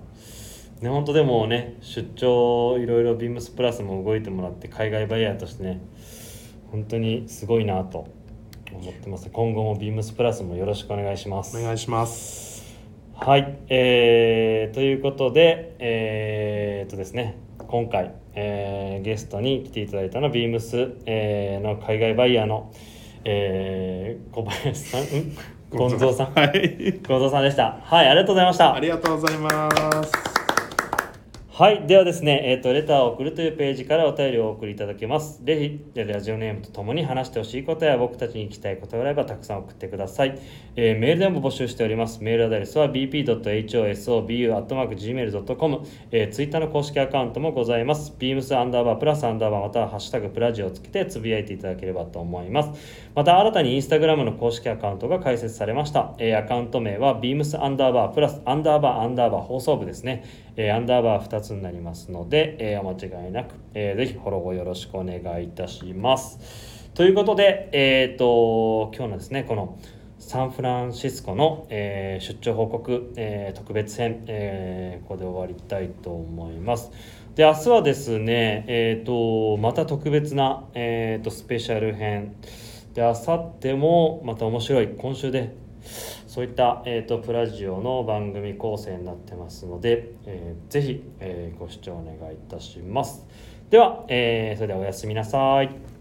[SPEAKER 1] ね本当でもね出張いろいろビームスプラスも動いてもらって海外バイヤーとしてね本当にすごいなと思ってます今後もビームスプラスもよろしくお願いします
[SPEAKER 2] お願いします
[SPEAKER 1] はい、えーということで、えーえっとですね、今回、えーゲストに来ていただいたのはビームス、えーの海外バイヤーの、えー小林さん、んゴンゾーさん、
[SPEAKER 2] はい
[SPEAKER 1] ゴンゾーさんでした。はい、ありがとうございました
[SPEAKER 2] あ。りがとうございます
[SPEAKER 1] はい、ではですね、えっ、と、レターを送るというページからお便りをお送りいただけます。ぜひ、ラジオネームとともに話してほしいことや、僕たちに聞きたいことがあれば、たくさん送ってください。えーメールでも募集しております。メールアドレスは bp.hosobu.gmail.com、えー、ツイッターの公式アカウントもございます。beams アンダーバープラスアンダーバーまたはハッシュタグプラジをつけてつぶやいていただければと思います。また、新たにインスタグラムの公式アカウントが開設されました。えーアカウント名は beams アンダーバープラスアンダーバーアンダーバー放送部ですね。えーアンダーバー2つになりますので、えーお間違いなく、えーぜひフォローをよろしくお願いいたします。ということで、えー、と今日のですねこのサンフランシスコの、えー出張報告、えー特別編、えーここで終わりたいと思います。で明日はですね、えー、とまた特別な、えー、とスペシャル編で明後日もまた面白い今週でそういった、えー、とプラジオの番組構成になってますので、えーぜひ、えーご視聴お願いいたします。では、えーそれではおやすみなさい。